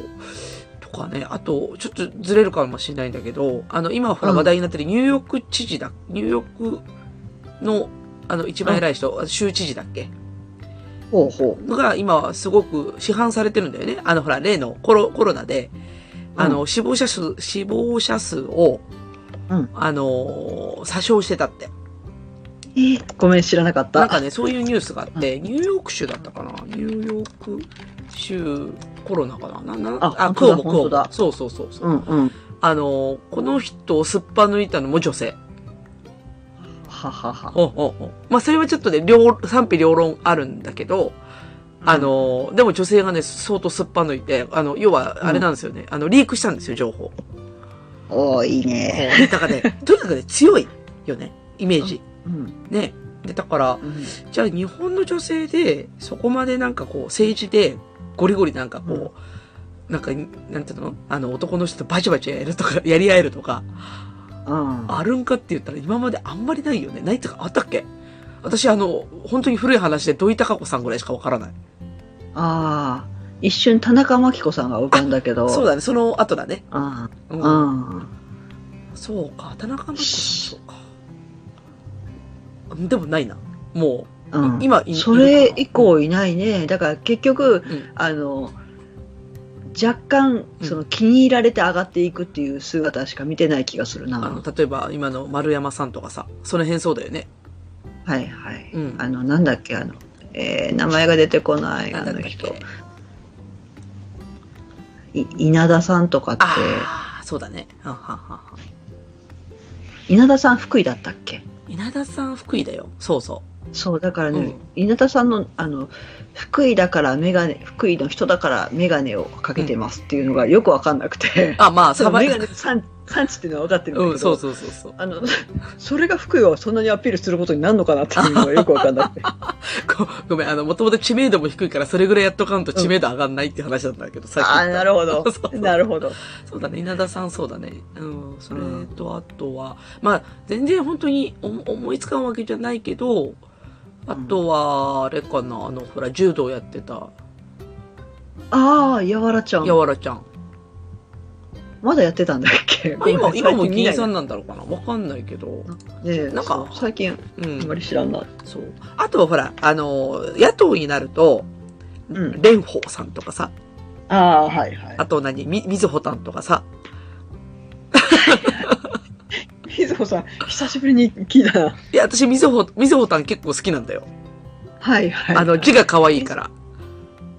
とかね、あと、ちょっとずれるかもしれないんだけど、あの、今ほらうん話題になってるニューヨーク知事だ、ニューヨークの、あの、一番偉い人、あ州知事だっけほうほのが今はすごく市販されてるんだよね。あのほら、例のコロコロナで、あの、死亡者数、死亡者数を、うんあのー、詐称してたって。う。えーごめん知らなかっなんた。かね、そういうニュースがあって、ニューヨーク州だったかなニューヨーク州コロナかなななあ本クオ当だモク本オ当モだ。そうそうそうそうう、んうん。あのー、この人をすっぱ抜いたのも女性。ははは。おうおうおうまあ、それはちょっとね、両、賛否両論あるんだけど、あのー、でも女性がね、相当すっぱ抜いて、あの、要は、あれなんですよね、あの、リークしたんですよ、情報。うおおいいね。こう、豊かで、とにかくね、 強いよね、イメージ。うん。ね。で、だから、うん。じゃあ日本の女性で、そこまでなんかこう、政治で、ゴリゴリなんかこう、なんか、なんていうのあの、男の人とバチバチやるとか、 やり合えるとか、ああるんかって言ったら今まであんまりないよね。ないとかあったっけ私あの、本当に古い話で土井孝子さんぐらいしかわからない。あー。一瞬田中真紀子さんが浮かんだけど。そうだ。だね、その後だね。あうあ。ん。あそうか、田中真紀子さん、そうか。でもないな。もあ。うんう、。今い、そいれるかな以降いないね。だから結局、うんあの、若干、うんその気に入られて上がっていくっていう姿しか見てない気がするあなの、。例えば今の丸山さんとかさ、その辺そうだよね。はいはい。うんあの、なんだっけ、あの、えー名前が出てこない、あなんだのっけ人。い稲田さんとかっああ、そうだね。はんはんはんはて、稲田さん福井だったっけん稲田さん福井だよ。そうそそう、だからね、うん稲田さんの、あの、福井だからメガネ、福井の人だからメガネをかけてますっていうのがよくわかんなくてう。。あ、まあ、その鯖江メガネ産産地っていうのは分かってるんだけど、うん、そうそうそうそう。あの、それが福井をそんなにアピールすることになるのかなっていうのがよくわか んなくて。ごごめん、あの、もともと知名度も低いから、それぐらいやっとかんと知名度上がんないって話なんだけど、さっきあ言ったあ、なるほどそうそう。なるほど。そうだね、稲田さんそうだね。うん、それうんと、あとは、まあ、全然本当にお思いつかんわけじゃないけど、あとは、あれかな、あの、ほら、柔道やってた、ああ、やわらちゃん。やわらちゃん。まだやってたんだっけあ今、今も議員さんねなんだろうかなわかんないけど。えなんかそう最近うあんまん。り知らんな。そう。あとは、ほら、あの、野党になると、うん蓮舫さんとかさ、ああ、はいはいあ。と何、み、みずほたんとかさ、みずほさん、久しぶりに聞いたな。いや、私、みずほ、みずほたん結構好きなんだよ。はいはい。あの、字が可愛いから。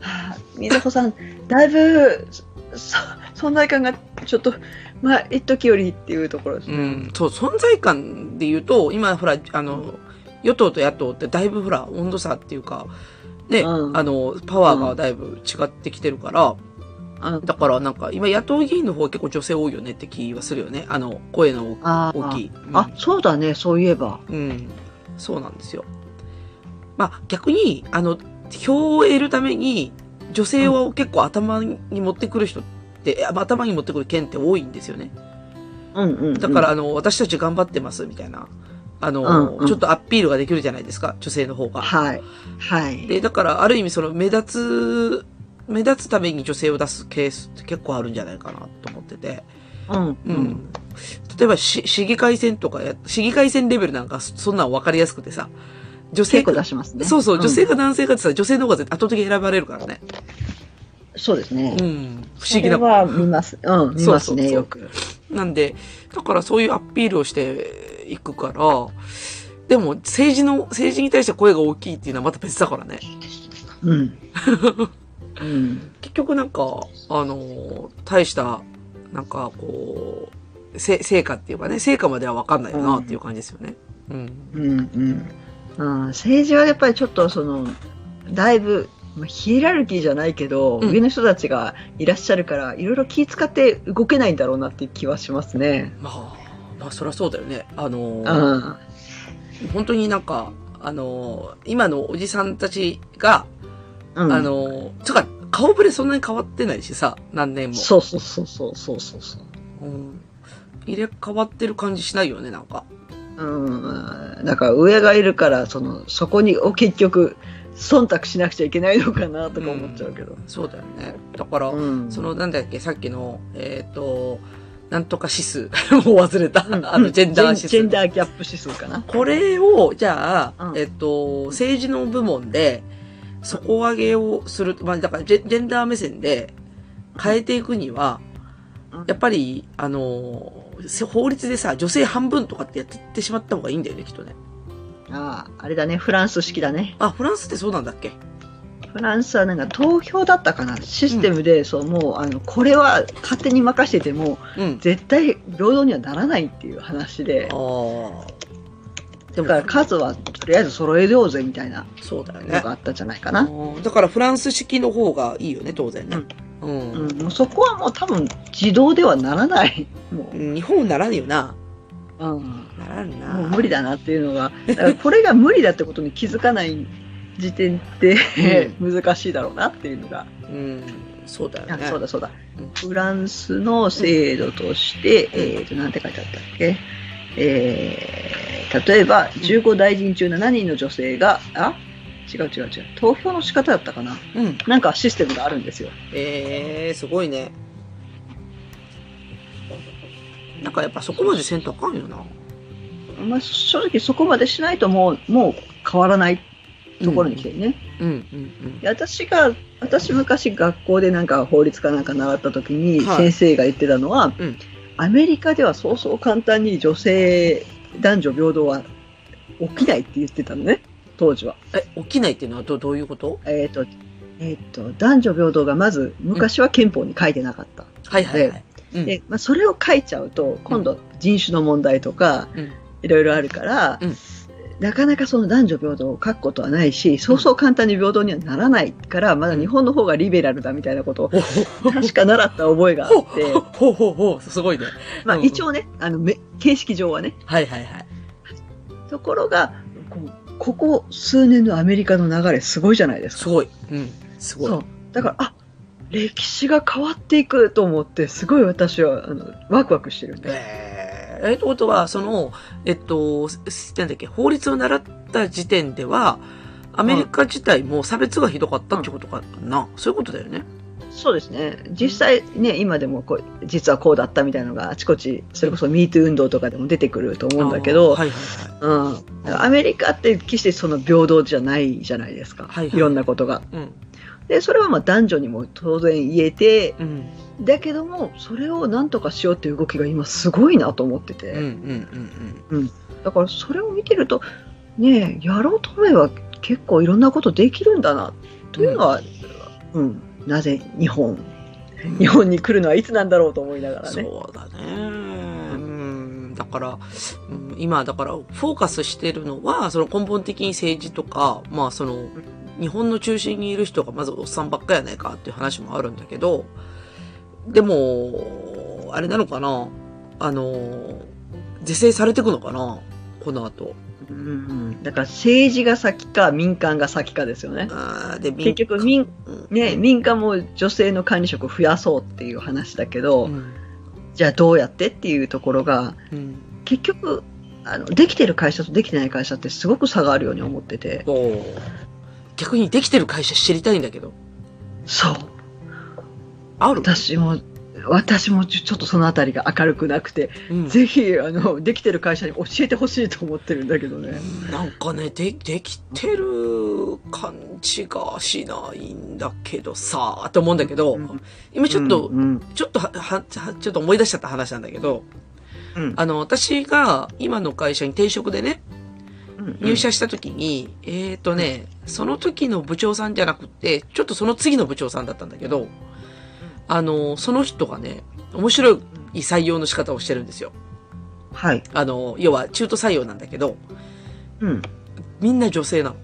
はあみずほさん、だいぶ、そ、存在感がちょっと、まあ、一時よりっていうところですうね。ん、そう、存在感で言うと、今、ほら、あの、与党と野党ってだいぶほら、温度差っていうか、ね、うんあの、パワーがだいぶ違ってきてるから、あだからなんか、今、野党議員の方は結構女性多いよねって気はするよね。あの、声のあ大ーきい。うんあ、そうだね、そういえば。うん、そうなんですよ。まあ、逆に、あの、票を得るために、女性を結構頭に持ってくる人って、あ頭に持ってくる県って多いんですよね。うんうん、だから、、あの、私たち頑張ってます、みたいな。あの、うんうんちょっとアピールができるじゃないですか、女性の方が。はい。はい。で、だから、ある意味、その、目立つ、目立つために女性を出すケースって結構あるんじゃないかなと思ってて。うん、うん。。例えばし、市議会選とかや、市議会選レベルなんか、そそんなん分かりやすくてさ、女性結か構出しますね。そうそう、ん女性か男性かってさ、女性の方が絶対圧倒的に選ばれるからね。そうですねう。ん。不思議なこれは見ます。うん、見ますね、そうよく。なんで、だからそういうアピールをしていくから、でも政治の、政治に対して声が大きいっていうのはまた別だからね。 うん。うん。結局なんか、あの、大した、なんかこう、せ成果っていうかね、成果までは分かんないよなっていう感じですよね。うん。うん。うん。政治はやっぱりちょっとその、だいぶ、まあヒエラルキーじゃないけど、うん上の人たちがいらっしゃるから、いろいろ気使って動けないんだろうなっていう気はしますね。まあ、まあそりゃそうだよね。あの、うん。本当になんか、あの、今のおじさんたちが、うん、あ、の、つうか、顔ぶれそんなに変わってないしさ、何年も。そうそうそうそうそうそうそう。うん。入れ替わってる感じしないよね、なんか。うん、だから上がいるからそのそこにを結局忖度しなくちゃいけないのかなとか思っちゃうけど、そうだよね。だから、うんその、なんだっけ、さっきの、えっ、と、なんとか指数。 もう忘れた。あの、ジェンダー指数。ジェンダーギャップ指数かなこれを、じゃあ、うんえっ、と、政治の部門で、底上げをする。まあ、だからジェ、ジェンダー目線で変えていくには、やっぱり、あの、せ法律でさ、女性半分とかってやってってしまった方がいいんだよね、きっとね。あああれだねフランス式だねあ、フランスってそうなんだっけフランスはなんか投票だったかなシステムで、そうもうあのこれは勝手に任せててもうん。絶対平等にはならないっていう話でああ。でだからも、数はとりあえず揃えようぜみたいなそうだよのねが。あったんじゃないかあな、ーだからフランス式の方がいいよね、当然ね。うん。うん、もうそこはもう多分自動ではならない。もう日本ならんよな。うんならんな。もう無理だなっていうのが、だからこれが無理だってことに気づかない時点って、 難しいだろうなっていうのが、うん。そうだよあね。そうだそうだ、フランスの制度として、うんえっ、と、なんて書いてあったっけ、えー、例えば15大臣中7人の女性が、あ違う違う違う、投票の仕方だったかな、うん。なんかシステムがあるんですよ。えー、すごいね。なんかやっぱそこまでせんとあかんよな。まあ、正直そこまでしないともう、もう変わらないところに来てるね。うんうんで私が、私昔学校でなんか法律かなんか習った時にはい先生が言ってたのは、うんアメリカではそうそう簡単に女性、男女平等は起きないって言ってたのね、当時は。え、起きないっていうのはどどういうことえっ、と、えっ、と、男女平等がまず昔は憲法に書いてなかった。はいはいはい。うんで、まあ、それを書いちゃうと、今度人種の問題とか、うんいろいろあるから、うんなかなかその男女平等を書くことはないし、そうそう簡単に平等にはならないから、まだ日本の方がリベラルだみたいなことをほほ確か習った覚えがあほって、ほほほほすごいね。まあうん一応ね、あの、め形式上はね。はいはいはい。ところが、こうここ数年のアメリカの流れすごいじゃないですか。すごい。うん。すごい。そう。だから、あ歴史が変わっていくと思って、すごい私は、あの、ワクワクしてるんで。えー、えってことは、その、えっと、すなんだっけ、法律を習った時点では、アメリカ自体も差別がひどかったってことかな。そういうことだよね。そうですね。実際ね、今でもこう、実はこうだったみたいなのがあちこち、それこそ MeToo 運動とかでも出てくると思うんだけど、あーはいはいはい。うん。アメリカって決してその平等じゃないじゃないですか。はいいはいろんなことが。うん。で、それはまあ男女にも当然言えて、うん。だけども、それをなんとかしようっていう動きが今すごいなと思ってて。うんうんうんだからそれを見てると、ねえ、やろうと思えば結構いろんなことできるんだな、というのは、うん、なぜ日本、 うん。日本に来るのはいつなんだろうと思いながらね。そうだね。うん。だから、うん今、だから、フォーカスしてるのは、その根本的に政治とか、まあ、その、日本の中心にいる人がまずおっさんばっかやないかっていう話もあるんだけど、でも、あれなのかなあの、是正されていくのかなこの後。うん、だから政治が先か民間が先かですよね。あーで、民結局民、うんね、民間も女性の管理職を増やそうっていう話だけど、うんじゃあどうやってっていうところが、うん。結局、あのできてる会社とできてない会社ってすごく差があるように思ってて。そう逆にできてる会社知りたいんだけど。そう。ある、私も、私もちょちょっとそのあたりが明るくなくて、 うんぜひ、あの、できてる会社に教えてほしいと思ってるんだけどね。なんかね、で、できてる感じがしないんだけどさ、と思うんだけど、うん今ちょっと、うんうんちょっとは、は、はちょっと思い出しちゃった話なんだけど、うんあの、私が今の会社に転職でね、入社した時に、えっ、とね、その時の部長さんじゃなくて、ちょっとその次の部長さんだったんだけど、あの、その人がね、面白い採用の仕方をしてるんですよ。はい。あの、要は中途採用なんだけど、うん。みんな女性なの。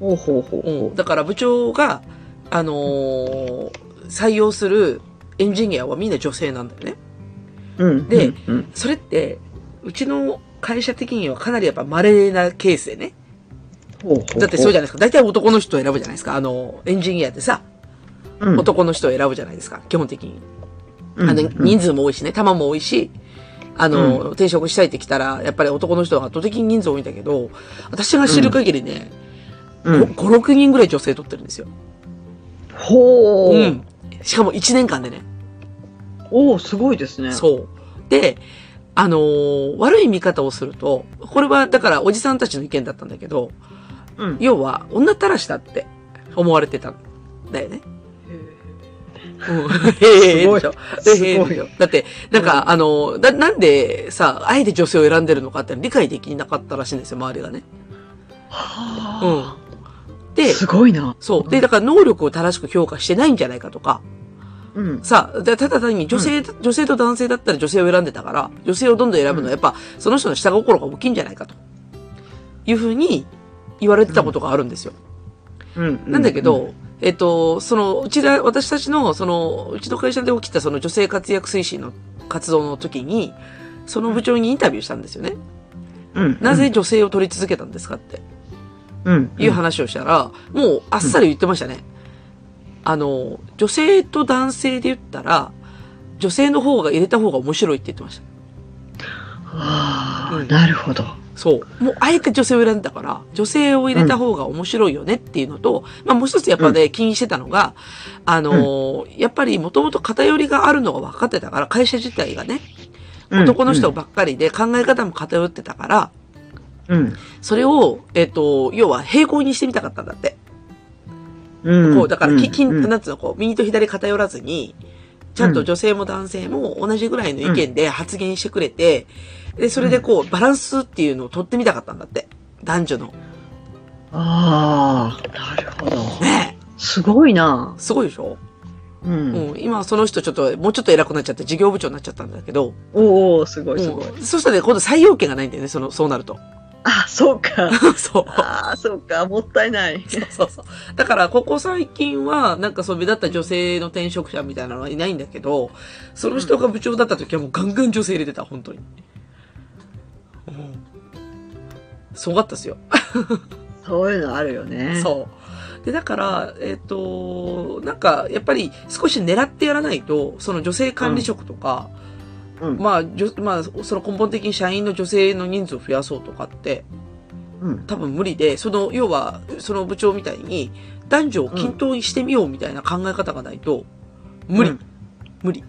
ほうほうほううほん、だから部長が、あのー採用するエンジニアはみんな女性なんだよね。う。うん。でうん、それって、うちの会社的にはかなりやっぱ稀なケースでね。ほうほうほうだってそうじゃないですか。大体男の人を選ぶじゃないですか。あの、エンジニアってさ、うん男の人を選ぶじゃないですか。基本的に。うんあの、人数も多いしね、玉も多いし、あの、転職したいって来たら、やっぱり男の人が圧倒的に人数多いんだけど、私が知る限りね、うん5、6人ぐらい女性取ってるんですよ。ほう。うん。しかも1年間でね。おお、すごいですね。そう。で、あのー悪い見方をすると、これはだからおじさんたちの意見だったんだけど、うん。要は女たらしだって思われてたんだよね。 うん、 へえすごいでしょすへえごでいしょだって、なんか、あの、な、なんでさ、あえて女性を選んでるのかって理解できなかったらしいんですよ、周りがね。はうあ。ん。で、すごいな。そう。で、だから能力を正しく評価してないんじゃないかとか、うん。さあ、でただ単に女性、女性と男性だったら女性を選んでたから、女性をどんどん選ぶのはやっぱ、その人の下心が大きいんじゃないかと。いうふうに言われてたことがあるんですよ。うん。なんだけど、えっと、その、うちで、私たちの、その、うちの会社で起きたその女性活躍推進の活動の時に、その部長にインタビューしたんですよね。うんなぜ女性を取り続けたんですかってうんいう話をしたら、もうあっさり言ってましたね。あの、女性と男性で言ったら、女性の方が入れた方が面白いって言ってました。あうあんなるほどそう。もう、あえて女性を選んだから、女性を入れた方が面白いよねっていうのと、まあもう一つやっぱね、気にしてたのが、あのーやっぱりもともと偏りがあるのが分かってたから、会社自体がね、男の人ばっかりで考え方も偏ってたから、うんそれを、えっ、と、要は平行にしてみたかったんだって。うんこう、だから、き、き、うんなんつうの、こう、右と左偏らずに、ちゃんと女性も男性も同じぐらいの意見で発言してくれて、で、それでこう、バランスっていうのを取ってみたかったんだって。男女の。ああなるほどねえ。すごいなすごいでしょ、ううんん、今その人ちょっと、もうちょっと偉くなっちゃって事業部長になっちゃったんだけど、おおすごいすごいうんそしたらね今度採用権がないんだよね、その、そうなると。 あそうかそう。ああそうかもったいないそうそうそう。だから、ここ最近は、なんかそう、目立った女性の転職者みたいなのはいないんだけど、その人が部長だった時はもうガンガン女性入れてた、本当に。うん。すごかったですよ。そういうのあるよねそう。で、だから、えっ、と、なんか、やっぱり少し狙ってやらないと、その女性管理職とか、うんまあ、女まあ、その根本的に社員の女性の人数を増やそうとかって、うん多分無理で、その、要は、その部長みたいに、男女を均等にしてみようみたいな考え方がないと、無理、うん無理。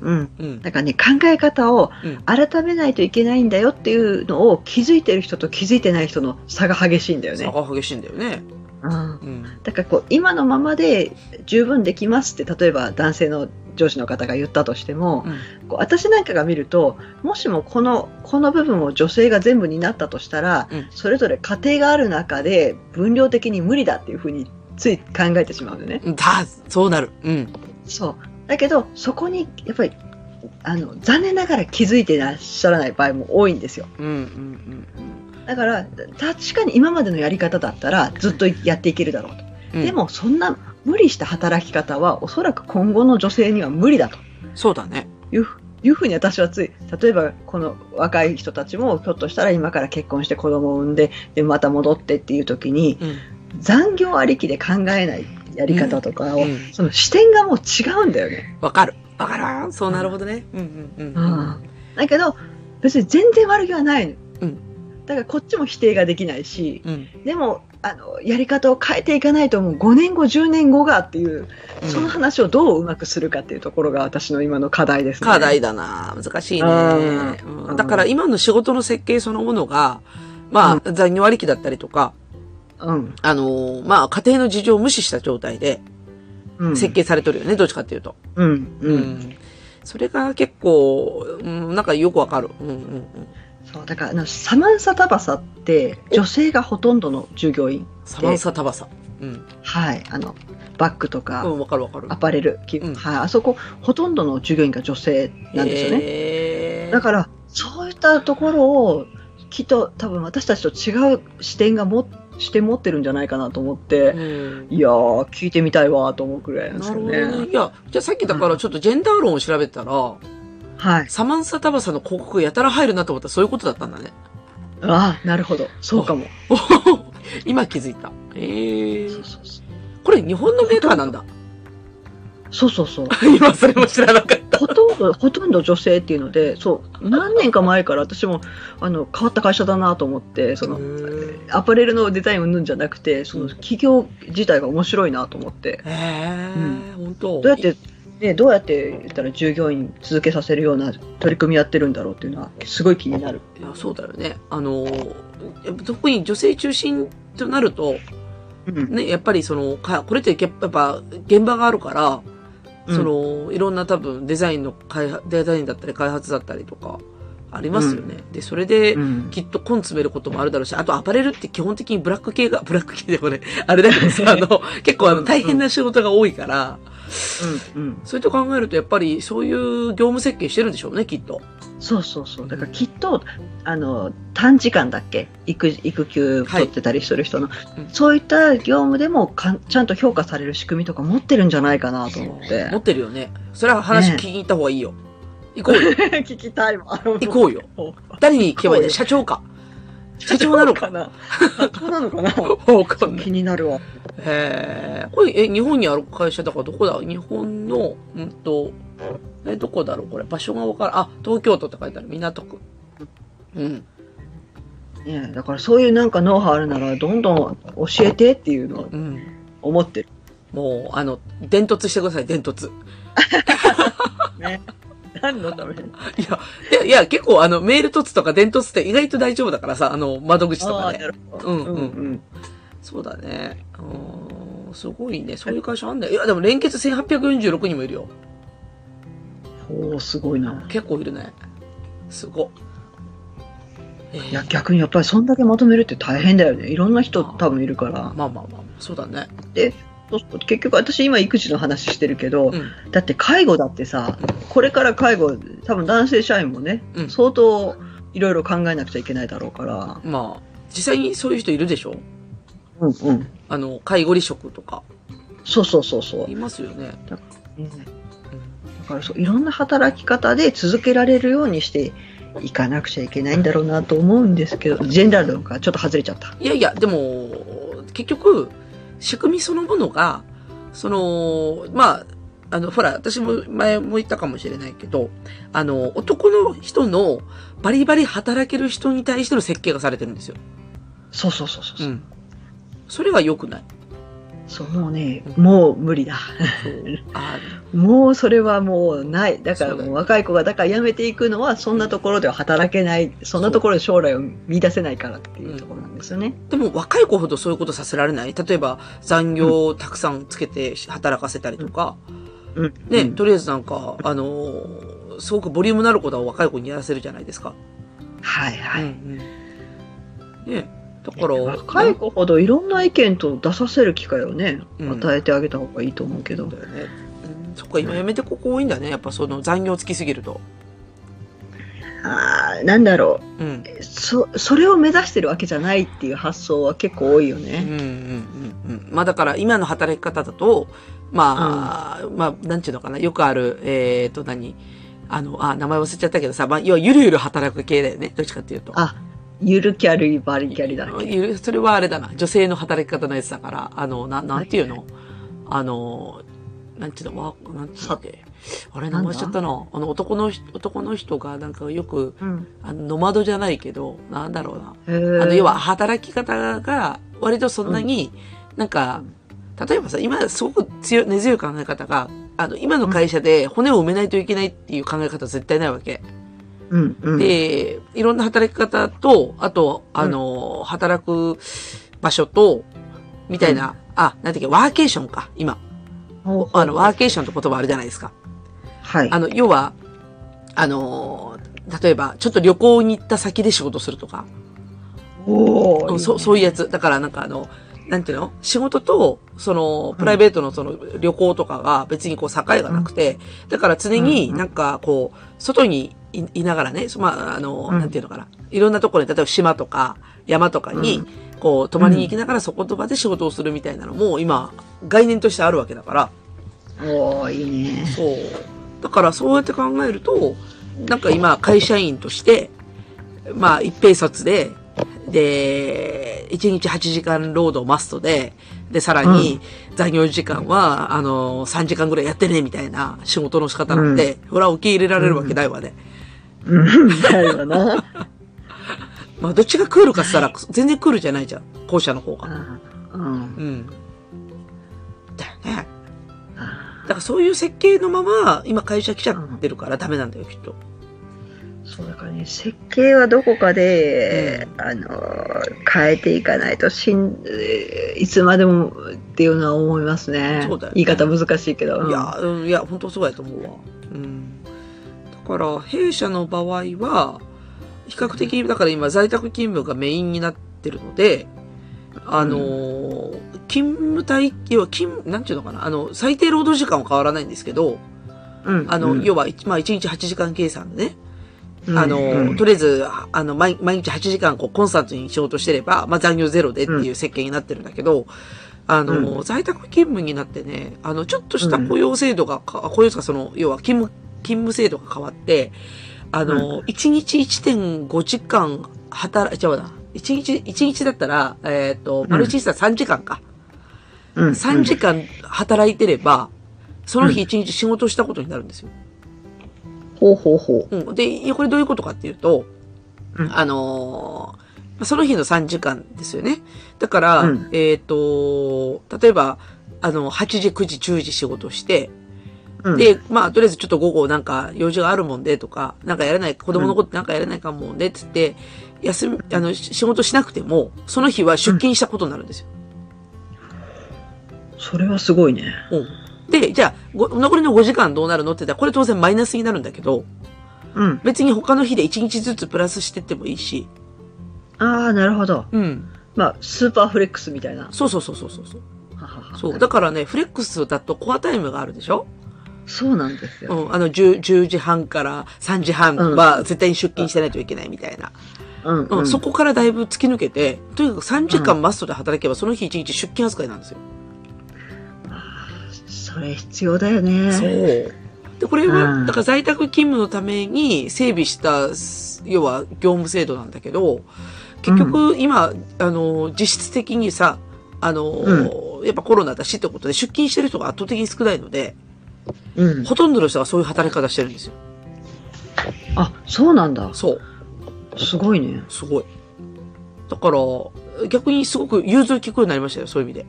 うんうん。だからね考え方をうん改めないといけないんだよっていうのを気づいてる人と気づいてない人の差が激しいんだよ差ね。が激しいんだよね。ううん、ん。だからこう今のままで十分できますって例えば男性の上司の方が言ったとしてもうんこう私なんかが見るともしもこのこの部分を女性が全部担ったとしたら、うんそれぞれ家庭がある中で分量的に無理だっていうふうについ考えてしまうのね。うん。だ、そうなる。うん。そうだけどそこにやっぱりあの残念ながら気づいていらっしゃらない場合も多いんですよ。うん、うん、だから確かに今までのやり方だったらずっとやっていけるだろうと、うん。で、もそんな無理した働き方はおそらく今後の女性には無理だとそうだね。いういうふうに私はつい例えばこの若い人たちもひょっとしたら今から結婚して子供を産んででまた戻ってっていう時にうん。残業ありきで考えないやり方とかを、うんその視点がもう違うんだよね。わかる。わかるわ。そうなるほどね。うんうんう。うんんだけど別に全然悪気はないの。うんだからこっちも否定ができないし、うん。でもあのやり方を変えていかないともう5年後10年後がっていうその話をどううまくするかっていうところが私の今の課題ですね。課題だな。難しいね。うんうんだから今の仕事の設計そのものが、まあ、残業割り気だったりとか、うんあのーまあ、家庭の事情を無視した状態でうん設計されてるよね、どっちかっていうと。うんうんんそれが結構、うん、なんかよくわかる。うんうんうん。そうだからあのサマンサタバサって女性がほとんどの従業員サバンサタバサ。うん。はいあのバッグとか、うん、わかるわかる。アパレル、きうんはいあそこほとんどの従業員が女性なんですよね。ねだからそういったところをきっと多分私たちと違う視点がも視点持ってるんじゃないかなと思って。うんいやー、聞いてみたいわーと思うくらいなんですなよるほね。どね。いや、じゃあさっきだからちょっとジェンダー論を調べてたら、はい。サマンサタバサの広告やたら入るなと思ったらそういうことだったんだね。ああ、なるほど。そうかも。 今気づいた。ええそうそうそうこれ日本のメーカーなんだ。そうそうそう。今それも知らなかった。ほとんど、ほとんど女性っていうので、そう、何年か前から私も、あの、変わった会社だなと思って、その、アパレルのデザインを塗るんじゃなくて、その企業自体が面白いなと思って、ええう本当。どうやって、ね、どうやって言ったら従業員続けさせるような取り組みやってるんだろうっていうのは、すごい気になる。いや、そうだよね。あの、やっぱ特に女性中心となると、うん。ね、やっぱりその、かこれってやっぱやっぱ現場があるから、その、いろんな多分デザインの開発、デザインだったり開発だったりとか、ありますよね。で、それで、うん、きっと根詰めることもあるだろうし、あとアパレルって基本的にブラック系が、ブラック系でもね、あれだけどさ、あの、結構あの大変な仕事が多いから、うん、うん。そういうと考えるとやっぱりそういう業務設計してるんでしょうね、きっと。そうそうそうだからきっとあの短時間だっけ育育休取ってたりする人の、うんそういった業務でもかんちゃんと評価される仕組みとか持ってるんじゃないかなと思って持ってるよね。それは話聞きに行った方がいいよ。行こう よ。 聞きたいわ 行行こうよ。誰に聞けばいいんだよ行社長か。社長なのか。な社長なのかなわかんない。 気になるわへえ。これ、え、日本にある会社だからどこだ日本の、うんと、え、どこだろうこれ。場所がわからん。あ、東京都って書いてある。港区。うん。ねえだからそういうなんかノウハウあるならどんどん教えてっていうのをうん。思ってるもう、あの、伝突してください、伝突。ね何のためにいや、いや、いや結構あの、メール突とか伝突って意外と大丈夫だからさ、あの、窓口とあかあねな。るほどうんうんうんそうだね。うーん、すごいね。そういう会社あんだよ。いや、でも連結1846人もいるよ。おおすごいな結構いるね。すご。えーいや逆にやっぱりそんだけまとめるって大変だよねいろんな人多分いるからまあまあまあ、そうだね。そうそう結局私今育児の話してるけど、うん。だって介護だってさこれから介護多分男性社員もね、うん相当いろいろ考えなくちゃいけないだろうからまあ、実際にそういう人いるでしょうんうんあの、介護離職とか。そうそうそうそういますよね。だからそういろんな働き方で続けられるようにしていかなくちゃいけないんだろうなと思うんですけどジェンダー論からちょっと外れちゃった。いやいや、でも、結局、仕組みそのものが、その、まあ、あの、ほら、私も前も言ったかもしれないけど、あの、男の人のバリバリ働ける人に対しての設計がされてるんですよ。そうそうそうそう。ん。それは良くない。そうもうね、うんもう無理だ。そう。あもうそれはもうない。だからそうだもよう若い子がだから辞めていくのはそんなところでは働けない、そんなところで将来を見出せないからっていうところなんですよね。でも若い子ほどそういうことさせられない。例えば残業をたくさんつけて働かせたりとか、うん。ね、うんとりあえずなんか、あのーすごくボリュームのあることは若い子にやらせるじゃないですか。はいはい。うんうんね、だから、若い子ほどいろんな意見と出させる機会をね、うん与えてあげた方がいいと思うけど、だよね。うんそっか、今やめてここ多いんだね。やっぱその残業つきすぎると。ああなんだろううん。そそれを目指してるわけじゃないっていう発想は結構多いようんうんね。うんうん。まあだから今の働き方だと、まあ、まあ、なんちゅうのかな。よくある、えっ、と何あの、あ、名前忘れちゃったけどさ、まあ、要はゆるゆる働く系だよね。どっちかっていうと。あゆるキャリバリキャリだっけゆるそれはあれだな。女性の働き方のやつだから、あの、ななんていうのあの、なんていうのわなんていうのっけあれ、名なんだ前しちゃったな。あの、男の人、男の人がなんかよく、うん、あの、ノマドじゃないけど、なんだろうな。へーあの、要は働き方が、割とそんなに、なんか、例えばさ、今すごく強い、根強い考え方が、あの、今の会社で骨を埋めないといけないっていう考え方は絶対ないわけ。うんうん、で、いろんな働き方と、あと、あの、働く場所と、みたいな、あ、なんていうか、ワーケーションか、今。ほうほうあの、ワーケーションって言葉あるじゃないですか。はいあの、要は、あの、例えば、ちょっと旅行に行った先で仕事するとか、おうーんそそういうやつ。だからなんかあの、なんていうの仕事と、その、プライベートのその旅行とかが別にこう境がなくて、だから常になんかこう、外にいいながらね、そまあ、あの、うんなんていうのかな。いろんなところに、例えば島とか山とかに、こう、泊まりに行きながらそこの場で仕事をするみたいなのも今、概念としてあるわけだから、おーいいねそう。だからそうやって考えると、なんか今、会社員として、まあ、一平卒で、で、1日8時間労働マストで、で、さらに残業時間は、あの、3時間ぐらいやってね、みたいな仕事の仕方なんで、ほら、受け入れられるわけないわね。うんだよなまあ、どっちがクールかっつったら、全然クールじゃないじゃん。後者の方が。 あーうんうん。だよね。あだからそういう設計のまま、今会社来ちゃってるからダメなんだよ、きっと。ーそうだからね設計はどこかで、あのー変えていかないとしんえーいつまでもっていうのは思いますねそうだよね言い方難しいけどいや、うん、いや、本当そうやと思うわ。うん。だから、弊社の場合は、比較的、だから今、在宅勤務がメインになってるので、あのー勤務体、要は勤、なんていうのかな、あの、最低労働時間は変わらないんですけど、うん、あの、うん要は、いまあ、1日8時間計算でね、うんあの、うんとりあえず、あの、毎毎日8時間、こう、コンスタントに仕事してれば、まあ、残業ゼロでっていう設計になってるんだけど、あの、在宅勤務になってね、あの、ちょっとした雇用制度がか、雇用とか、その、要は、勤務、勤務制度が変わって、あの、1日1.5時間働いちゃうな。1日、1日だったら、えっ、と、マルチしたら3時間か。うん3時間働いてれば、その日1日仕事したことになるんですよ。ほうほうほうん。で、いやこれどういうことかっていうと、うんあのーまあその日の3時間ですよね。だから、うんえっ、と、例えば、あの、8時、9時、10時仕事して、う。うん、で、まあ、とりあえずちょっと午後なんか用事があるもんでとか、なんかやらない、子供のことなんかやらないかもねっつって、休み、あの、し仕事しなくても、その日は出勤したことになるんですよ。それはすごいね。うん。で、じゃあ、ご残りの5時間どうなるのって言ったら、これ当然マイナスになるんだけど、うん。別に他の日で1日ずつプラスしてってもいいし、ああ、なるほど。うん。まあ、スーパーフレックスみたいな。そうそうそうそうそうそう。はははそう。だからね、フレックスだとコアタイムがあるでしょそうなんですうよ。ん。あの、10, 10時半から3時半は絶対に出勤してないといけないみたいな。うん、うん。うん。そこからだいぶ突き抜けて、とにかく3時う間マストで働けば、その日1日出勤扱いなんですよ。それ必要だよね。そう。で、これうは、んだから在宅勤務のために整備した、す要は業務制度なんだけど、結局今、あの、実質的にさ、あの、やっぱコロナだしってことで出勤してる人が圧倒的に少ないので、うん。ほとんどの人がそういう働き方してるんですよ。あ、そうなんだ。そう。すごいね。すごい。だから、逆にすごく融通聞くようになりましたよ、そういう意味で。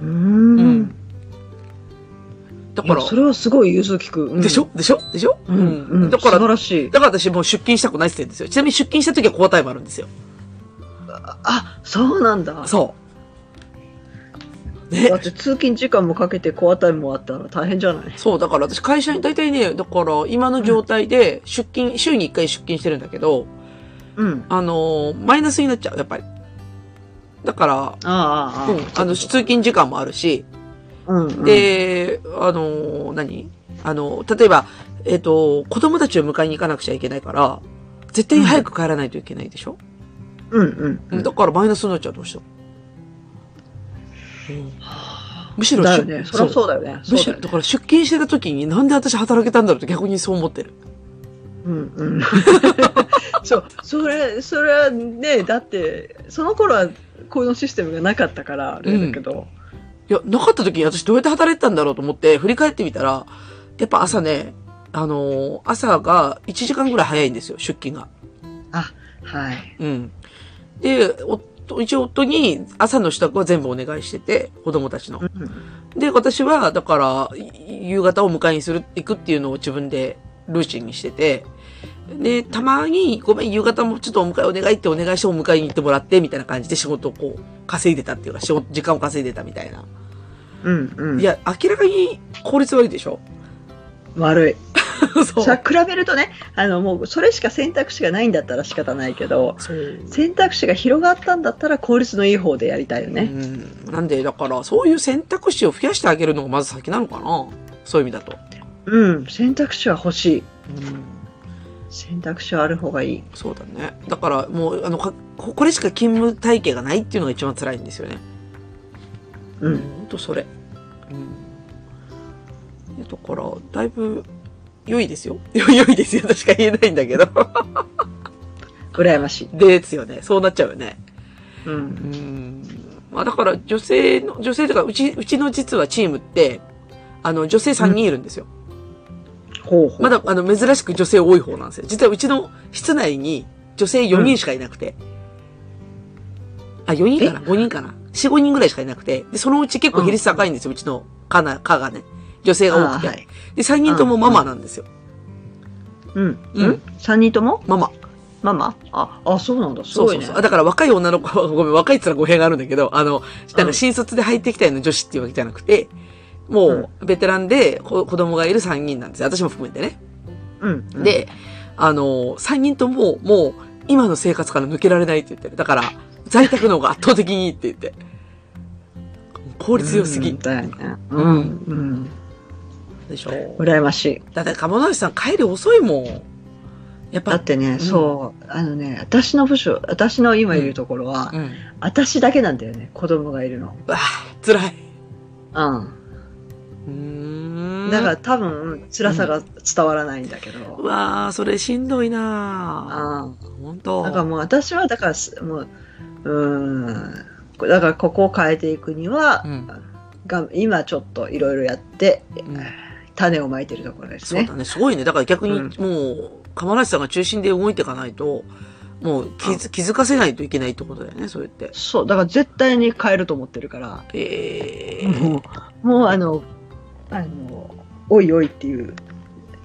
うーん。。うんだから、それはすごい融通聞く。うんでしょでしょでしょうん、うん。だか素晴ら、らしい。だから私もう出勤したくないって言ってるんですよ。ちなみに出勤した時はコアタイムあるんですよ。あ、そうなんだ。そう。だね。って通勤時間もかけてコアタイムもあったら大変じゃないそう、だから私会社に大体ね、だから今の状態で出勤、週に1回出勤してるんだけど、うん。あのーマイナスになっちゃう、やっぱり。だから、ああ、ああ。うん、あの、通勤時間もあるし、うん、うん、で、あの、何あの、例えば、えっ、と、子供たちを迎えに行かなくちゃいけないから、絶対に早く帰らないといけないでしょ、うん、うん、うん。だからマイナスになっちゃうどうしても。むしろだよ出ね。そりゃそうだよね。むそうしだろ、よだね。から出勤してた時になんで私働けたんだろうって逆にそう思ってる。うん、うん。 そう。それ、それはね、だって、その頃はこのシステムがなかったから、あれだけど。いや、なかった時に私どうやって働いてたんだろうと思って振り返ってみたら、やっぱ朝ね、あの朝が1時間ぐらい早いんですよ、出勤が。はい。うん。で、夫、一応夫に朝の支度は全部お願いしてて、子供たちの。うん、で、私は、だから、い夕方を迎えにする、行くっていうのを自分でルーチンにしてて、で、たまに、ごめん、夕方もちょっとお迎えお願いってお願いしてお迎えに行ってもらって、みたいな感じで仕事をこう、稼いでたっていうか、仕事、時間を稼いでたみたいな。うん、うん。いや、明らかに効率悪いでしょ 悪い。そさう。比べるとね、あの、もう、それしか選択肢がないんだったら仕方ないけど、そう。選択肢が広がったんだったら効率のいい方でやりたいようね。ん。なんで、だから、そういう選択肢を増やしてあげるのがまず先なのかなそういう意味だと。うん、選択肢は欲しい。うん。選択肢はある方がいい。そうだね。だからもう、あの、かここれしか勤務体系がないっていうのが一番辛いんですよね。ほうん。んとそれ。うん。だから、だいぶ、良いですよ。 良い良いですよとしか言えないんだけど。 羨ましい。ですよね。そうなっちゃうよね。うん。うん。まあだから、女性の、女性とか、うち、うちの実はチームって、あの、女性3人いるんですよ。ほうほう。まだ、あの、珍しく女性多い方なんですよ。実はうちの室内に女性4人しかいなくて。あ、4人かな ?5 人かな ?4、5人ぐらいしかいなくて。で、そのうち結構比率高いんですよ。うちのかな、かがね。女性が多くて。あーはいで、3人ともママなんですよ。うん。ううんん。三人ともママ。ママあ、あ、そうなんだ。すそうごいそうね。そう。あだから若い女の子、ごめん、若いって言ったら語弊があるんだけど、あの、なんか新卒で入ってきたような女子っていうわけじゃなくて、もう、ベテランでこ子供がいる3人なんですよ。私も含めてね。うん。うん、で、あの、3人とも、もう、今の生活から抜けられないって言ってる。だから、在宅の方が圧倒的にいいって言って。効率良すうぎん。だよね。うん。うん。でしょ。羨ましい。だって、鴨梨さん帰り遅いもん。やっだぱっ、てね、んそう、あのね、私の部署、私の今いるところは、うん。私だけなんだよね、子供がいるの。わあ、辛い。うん。うーん。だから多分、辛さが伝わらないんだけうど。わあ、それしんどいなうん。あ本当。だからもう私は、だからす、もう、うーん。だからここを変えていくには、うんが今ちょっといろいろやって、うん種をまいてるところですそうねだ。ね。すごいね。だから逆に、うんもう、釜梨さんが中心で動いていかないと、もう気づ気づかせないといけないってことだよね、そうやって。そう、だから絶対に変えると思ってるから、ええもう、もうあの、あの、おいおいっていう、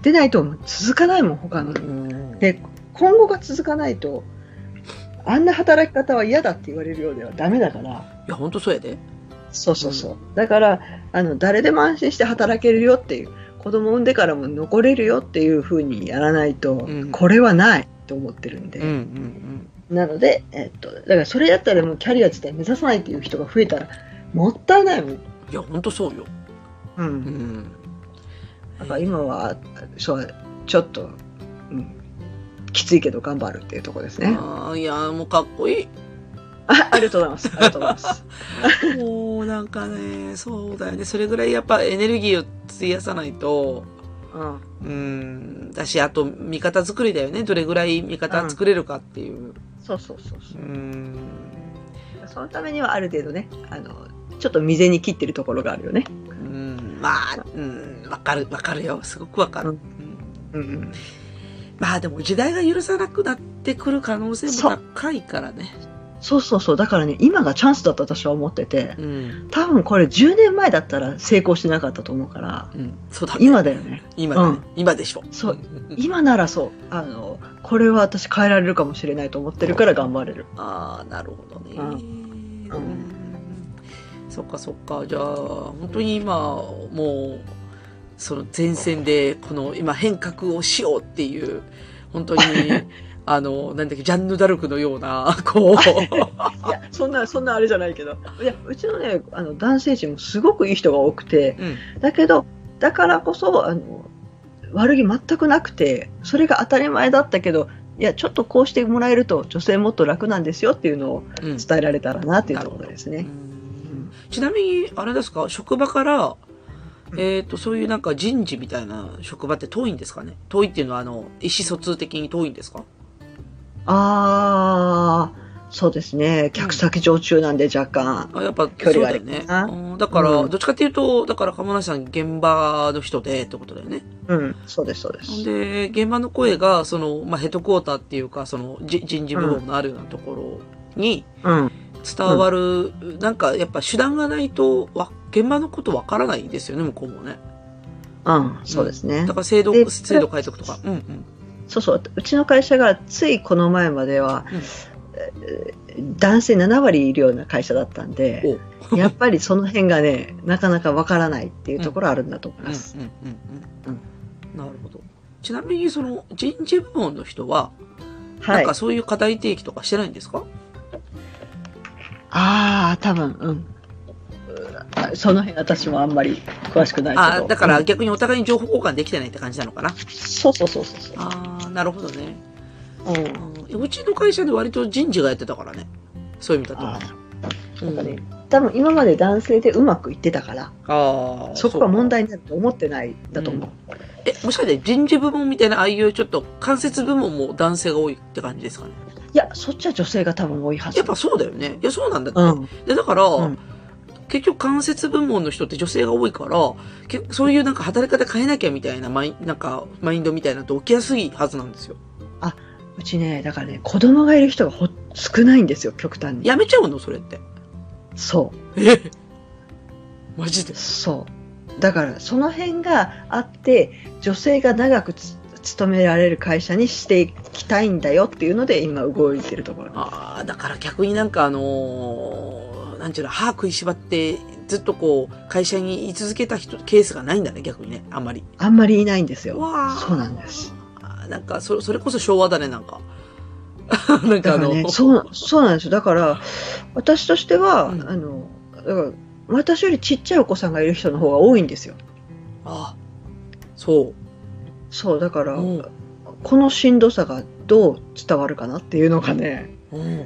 出ないともう続かないもん、他の。うんで、今後が続かないと、あんな働き方は嫌だって言われるようではダメだから、いや、本当そうやで。そうそうそう。だから、あの、誰でも安心して働けるよっていう、子供産んでからも残れるよっていうふうにやらないと、んこれはないと思ってるんで。うんうんなので、えっと、だからそれだったらもうキャリア自体目指さないっていう人が増えたらもったいないもん。うん。いや、本当そうよ。う。うんん。だから今は、そう、ちょっと、うん、きついけど頑張るっていうところですね。ああ、いや、もうかっこいい。あありがとう ございます。ありがとうございます。もうなんかね、そうだよね。それぐらいやっぱエネルギーを費やさないと、うん。うん、だし、あと、味方作りだよね。どれぐらい味方作れるかっていう。そうそうそうそうう。ん。そのためにはある程度ね、あの、ちょっと未然に切ってるところがあるよね。うん、まあ、うん、わかる、わかるよ。すごくわかる。ううんうん。まあでも時代が許さなくなってくる可能性そもう高いからね。そうそうそう。だからね、今がチャンスだと私は思ってて、うん。多分これ10年前だったら成功しなかったと思うから、うん。そうだ、ね、今だよね。今だね、うん今でしょ。。そうん今ならそうあのこれは私変えられるかもしれないと思ってるから頑張れるああ、なるほどね。ううんんそっかそっか。じゃあ、本当に今、もう、その前線で、この今変革をしようっていう、本 当に、あの、なんだっけ、ジャンヌ・ダルクのような、こう、いやそんなそんなあれじゃないけどいやうちのねあの男性陣もすごくいい人が多くてうん、だけどだからこそあの悪気全くなくてそれが当たり前だったけどいやちょっとこうしてもらえると女性もっと楽なんですよっていうのをうん伝えられたらなっていうところですうね。んちなみに、あれですか、職場から、うんえっ、と、そういうなんか人事みたいな職場って遠いんですかね遠いっていうのは、あの、意思疎通的に遠いんですかああそうですね客先常駐なんで若干。あやっぱ、距そうだ離があよるね。なうんだから、うんどっちかっていうと、だから、鴨梨さん、現場の人でってことだよね。うん、そうですそうです。ほんで、現場の声が、その、まあ、ヘッドクォーターっていうか、その、じ人事部門のあるようなところにうん、伝わる、なんか、やっぱ手段がないと、わ現場のことわからないですよね、向こうもね。うん、そうですね。だから、制度、で制度変えとくとか。うんうん。そうそう、うちの会社がついこの前までは、うんえー男性7割いるような会社だったんで、おやっぱりその辺がね、なかなかわからないっていうところあるんだと思います。うんうんうんうん。なるほど。ちなみにその人事部門の人は、は。ないんかあそういう課題提起とかしてないんですかあー、多分、うん。あその辺私もあんまり詳しくないけど。ああ、だからうん逆にお互いに情報交換できてないって感じなのかな。そうそうそうそうそう。ああ、なるほどね。うんあ。ーうちの会社で割と人事がやってたからね。そういう意味だと。あうーんなんかね、多分今まで男性でうまくいってたから、ああ、そこは問そうか。題になると思ってないだと思う。え、もしかして人事部門みたいな、ああいうちょっと間接部門も男性が多いって感じですかね。いや、そっちは女性が多分多いはず。やっぱそうだよね。いや、そうなんだって。うん。で、だから、うん結局関節部門の人って女性が多いから、けそういうなんか働き方変えなきゃみたいなマイン、なんかマインドみたいなのって起きやすいはずなんですよ。うちね、だからね、子供がいる人がほ少ないんですよ、極端に。やめちゃうのそれって。そえマジでう、。そう。だから、その辺があって、女性が長くつ勤められる会社にしていきたいんだよっていうので、今動いてるところ。ああ、だから逆になんかあのーなんちゅうの、歯食いしばって、ずっとこう、会社に居続けた人、ケースがないんだね、逆にね、あんまり。あんまりいないんですよ。わあそうなんです。あーなんか、それ、それこそ昭和だね、なんか。 なんだかあからの、ね、そうな、そうなんですよ。だから、私としては、うんあの、だから、私よりちっちゃいお子さんがいる人の方が多いんですよ。ああ、そう。そう、だから、うんこのしんどさがどう伝わるかなっていうのがね、うん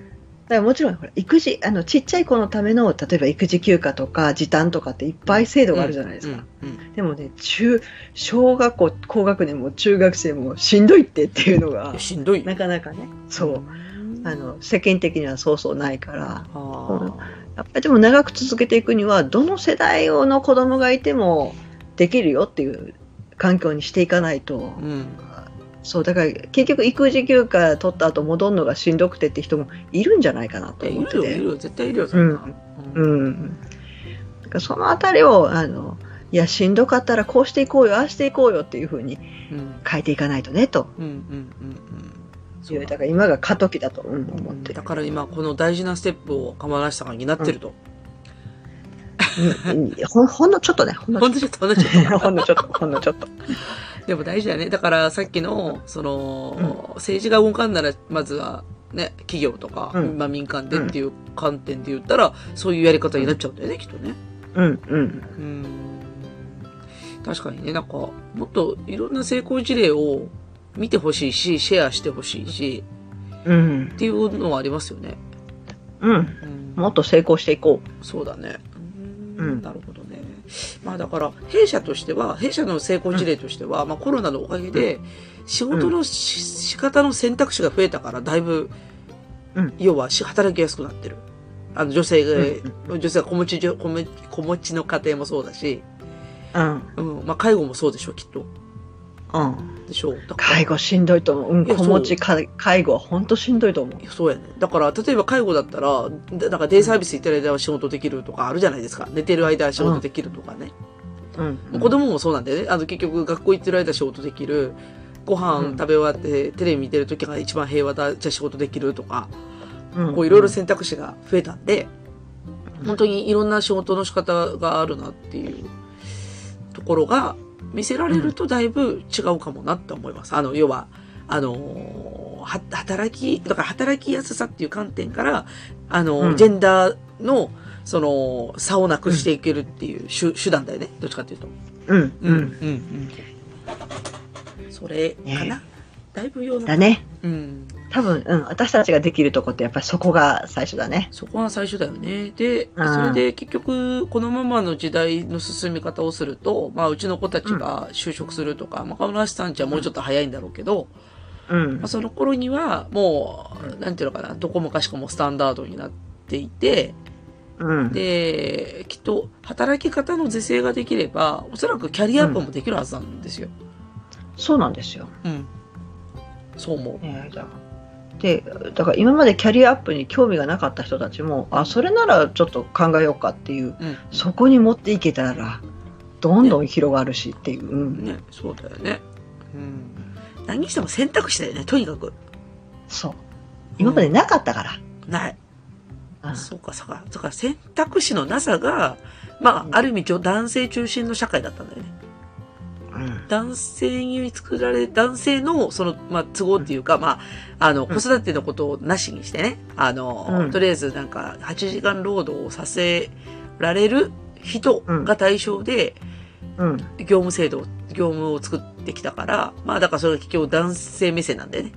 だからもちろんほら育児あのちっちゃい子のための例えば育児休暇とか時短とかっていっぱい制度があるじゃないですか、うんでもね中小学校高学年も中学生もしんどいってっていうのうがんしんどいなかなかねそううんあの世間的にはそうそうないからあやっぱりでも長く続けていくにはどの世代の子供がいてもできるよっていう環境にしていかないとーうんそうだから結局育児休暇取った後戻るのがしんどくてって人もいるんじゃないかなとえい思ってるよいるて。よ絶対いるよそんなうんうん、だからそのあたりをあのいやしんどかったらこうしていこうよああしていこうよっていうふうにうん変えていかないとねとうんうんうんうんいそううだだから今が過渡期だとうん思ってだから今この大事なステップを釜らしさが担ってるとうんうんほんほんのちょっとねほんのちほょんっとちょっとほんとちょっととほんのちょっとほんのちょっと でも大事だよね。だからさっきの、その、政治が動かんなら、まずは、ね、企業とか、うんまあ民間でっていう観点で言ったら、そういうやり方になっちゃうんだよね、きっとね。うんうんうん。確かにね、なんか、もっといろんな成功事例を見てほしいし、シェアしてほしいし、うんっていうのはありますよね。うんうんもっと成功していこそうだね。う、うんんなるほどね。まあだから、弊社としては、弊社の成功事例としては、まあコロナのおかげで、仕事のし、仕方の選択肢が増えたから、だいぶ、うん要はし働きやすくなってる。あの女性が、女性が子持ち、子持ち子持ちの家庭もそうだし、ううんうん、まあ介護もそうでしょう、きっと。うんでしょう。だから介護しんどいと思う、うん、いや子持ちか介護はほんとしんどいと思ういやそうやね。だから、例えば介護だったら、だなんかデイサービスいただいたら仕事できるとかあるじゃないですか。寝てる間仕事できるとかね。うんうん子供もそうなんだよね。あの、結局、学校行ってる間仕事できる。ご飯食べ終わって、テレビ見てる時が一番平和だ。じゃあ仕事できるとか、うんこういろいろ選択肢が増えたんで、うん本当にいろんな仕事の仕方があるなっていうところが見せられるとだいぶ違うかもなって思います。あの、要は、あのーは働き、だから働きやすさっていう観点から、あのーうんジェンダーの、その、差をなくしていけるっていう手,、手段だよね。どっちかっていうと。うんううんうんんうん。それかな、ねだいぶ用な。だねうん。多分、うん、私たちができるとこってやっぱりそこが最初だね。そこが最初だよね。で、うんそれで結局、このままの時代の進み方をすると、まあ、うちの子たちが就職するとか、まあ、河村さんちはもうちょっと早いんだろうけど、うんまあ、その頃には、もう、なんていうのかな、どこもかしこもスタンダードになっていて、うんで、きっと、働き方の是正ができれば、おそらくキャリアアップもできるはずなんですよ。そうなんですよ。うん。そう思う。ねだでだから今までキャリアアップに興味がなかった人たちもあそれならちょっと考えようかっていううん。そこに持っていけたらどんどん広がるしっていう、うん、ね、そうだよね。うん。何にしても選択肢だよね、とにかく。そう今までなかったから。ない。うんそうか、そうか。だから選択肢のなさが、まうんあ、ある意味ちょ、男性中心の社会だったんだよね。うん男性に作られ、男性の、その、まあ、都合っていうか、まあ、あの、う子ん育てのことをなしにしてね、あの、うんとりあえずなんか、8時間労働をさせられる人が対象で、うん業務制度を、業務を作ってきたから、まあ、だからそれが結局男性目線なんだよね。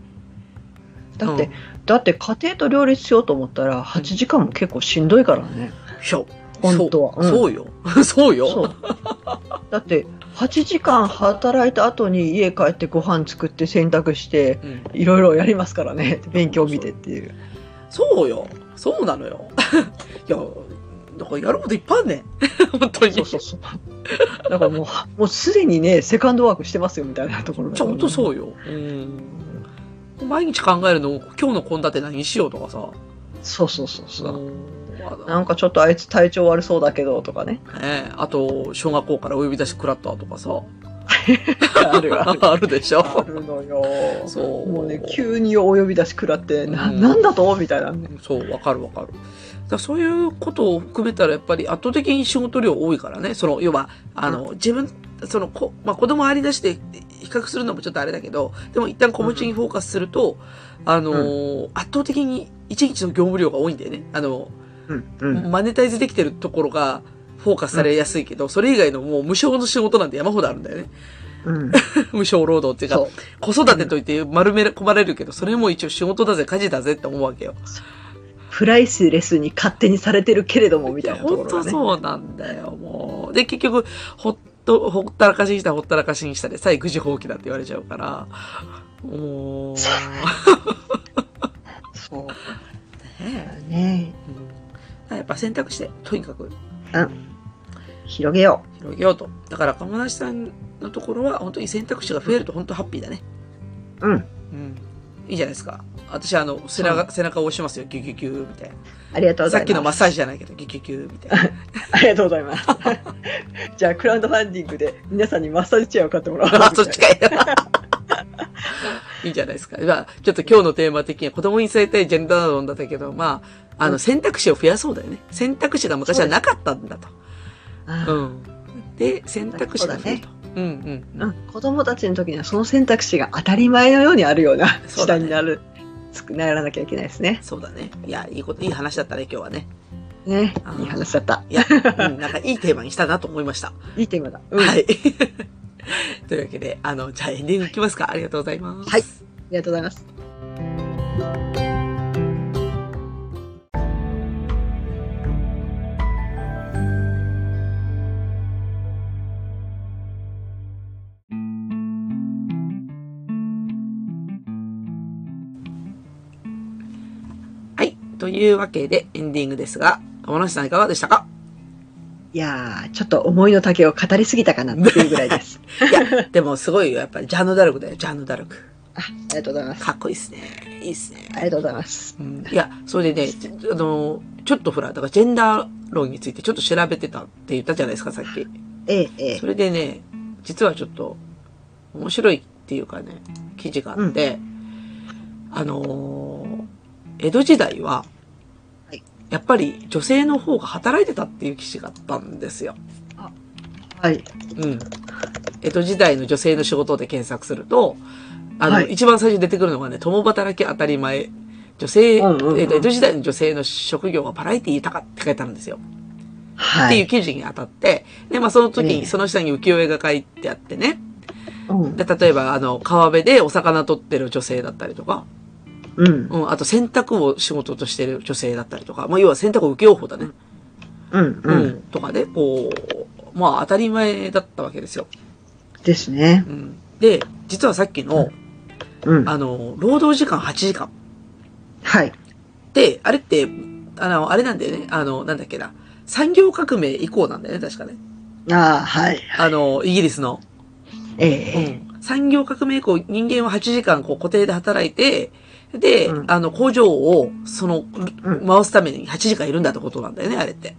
だって、うんだって家庭と両立しようと思ったら8時間も結構しんどいからね。そう。本当はそうそうよ。 そうよ。そうだって8時間働いた後に家帰ってご飯作って洗濯してうんいろいろやりますからね勉強見てっていうそうよ。そうなのよ。 いや、だからやることいっぱいあん ねん。本当に。そうそうそうだからもうもうすでにねセカンドワークしてますよみたいなところちょ本当うそうよ。うん。毎日考えるの、今日の献立何にしようとかさ。そうそうそうそううんなんかちょっとあいつ体調悪そうだけどとかねねえあと、小学校からお呼び出し食らったとかさ。 あるある あるでしょ。あるのよそうもうね急にお呼び出し食らってな,、うんん、なんだとみたいなねそう、わかるわかる。だからそういうことを含めたら、やっぱり圧倒的に仕事量多いからね。その、要は、あの、自分、その、こまあ、子供ありだして比較するのもちょっとあれだけど、でも一旦子持ちにフォーカスすると、あのー、圧倒的に一日の業務量が多いんだよね。あの、うんうんマネタイズできて るところがフォーカスされやすいけど、それ以外のもう無償の仕事なんて山ほどあるんだよね。うん、無償労働っていうかそ、子育てと言って丸め込まれるけど、それも一応仕事だぜ、家事だぜって思うわけよ。うプライスレスに勝手にされてるけれどもみいたいや、なと本ころ当がねそうなんだよ、もう。で、結局、ほっと、ほったらかしにしたらほったらかしにしたで、さえ育児放棄だって言われちゃうから、もう、そそうねだねえうんやっぱ選択して、とにかく、広げよ広げようと。だから、鴨梨さんのところは、本当に選択肢が増えると本当ハッピーだね。ううんうん。いいじゃないですか。私、あの、背中、背中を押しますよ、ギュギュギュみたいありがとうな。さございっますきのマッサージじゃないけど、ギュギュギュみたいな。ありがとうございます じゃあクラウドファンディングで皆さんにマッサージチェアを買ってもらおうあ、そっちかい。 いいじゃないですか。まあ、ちょっと今日のテーマ的には子供に伝えたいジェンダー論だったけど、まあ、あうの、ん選択肢を増やそうだよね。選択肢が昔はなかったんだと。あうーん。で、選択肢が増えると。うんうん。うん、子供たちの時にはその選択肢が当たり前のようにあるようなそうだ時代ねになる、つくならなきゃいけないですね。そうだね。いや、いいこと、いい話だったね、今日はね。ねあ、ーいい話だった。いや、うん、なんかいいテーマにしたなと思いました。いいテーマだ。うんはあい。 というわけで、あの、じゃあエンディングいきますか。ありがとうございます。はいりがとうございます。はい。というわけで、エンディングですが、鴨梨さんいかがでしたかいやー、ちょっと思いの丈を語りすぎたかなっていうぐらいです。いや、でもすごいよ。やっぱりジャンヌ・ダルクだよ、ジャンヌ・ダルク。あありがとうございます。かっこいいっすね。いいっすね。ありがとうございます。うん、いや、それでね、ちあの、ちょっとほら、だからジェンダー論についてちょっと調べてたって言ったじゃないですか、さっき。ええ、ええそ。れでね、実はちょっと面白いっていうかね、記事があって、あのー江戸時代ははい、やっぱり女性の方が働いてたっていう記事があったんですよ。はい。うん。江戸時代の女性の仕事で検索すると、あの、はい一番最初に出てくるのがね、共働き当たり前。女性、うんうんうんえっと、江戸時代の女性の職業はバラエティ豊かって書いてあるんですよ。はっていうい。記事に当たって、で、まあその時えに、えその下に浮世絵が書いてあってね。うん。で、例えば、あの、川辺でお魚取ってる女性だったりとか、うん。うん、あと洗濯を仕事としてる女性だったりとか、まあ要は洗濯を受けよう方だね。うん。う、うんん。とかね、こう、まあ当たり前だったわけですよ。ですねう。ん。で、実はさっきの、うん。あの、労働時間8時間はい。って、あれって、あの、あれなんだよね。あの、なんだっけな。産業革命以降なんだよね、確かね。ああ、はい。あの、イギリスの。えうえ。ん。産業革命以降、人間は8時間こう固定で働いて、で、うんあの、工場を、その、うん回すために8時間いるんだってことなんだよね、あれって。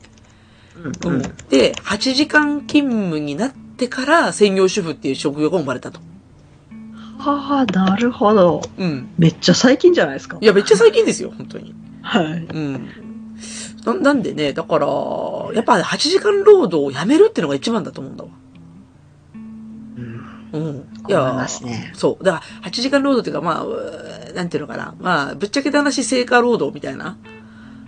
ううんん。で、8時間勤務になってから、専業主婦っていう職業が生まれたと。ああ、なるほど。うん。めっちゃ最近じゃないですかい。や、めっちゃ最近ですよ、本当に。はい。うん。ななんでね、だから、やっぱ8時間労働をやめるっていうのが一番だと思うんだわ。うん。うん。い思いやま、すね。そう。だから8時間労働っていうか、まあうー、なんていうのかな。まあ、ぶっちゃけた話、成果労働みたいな。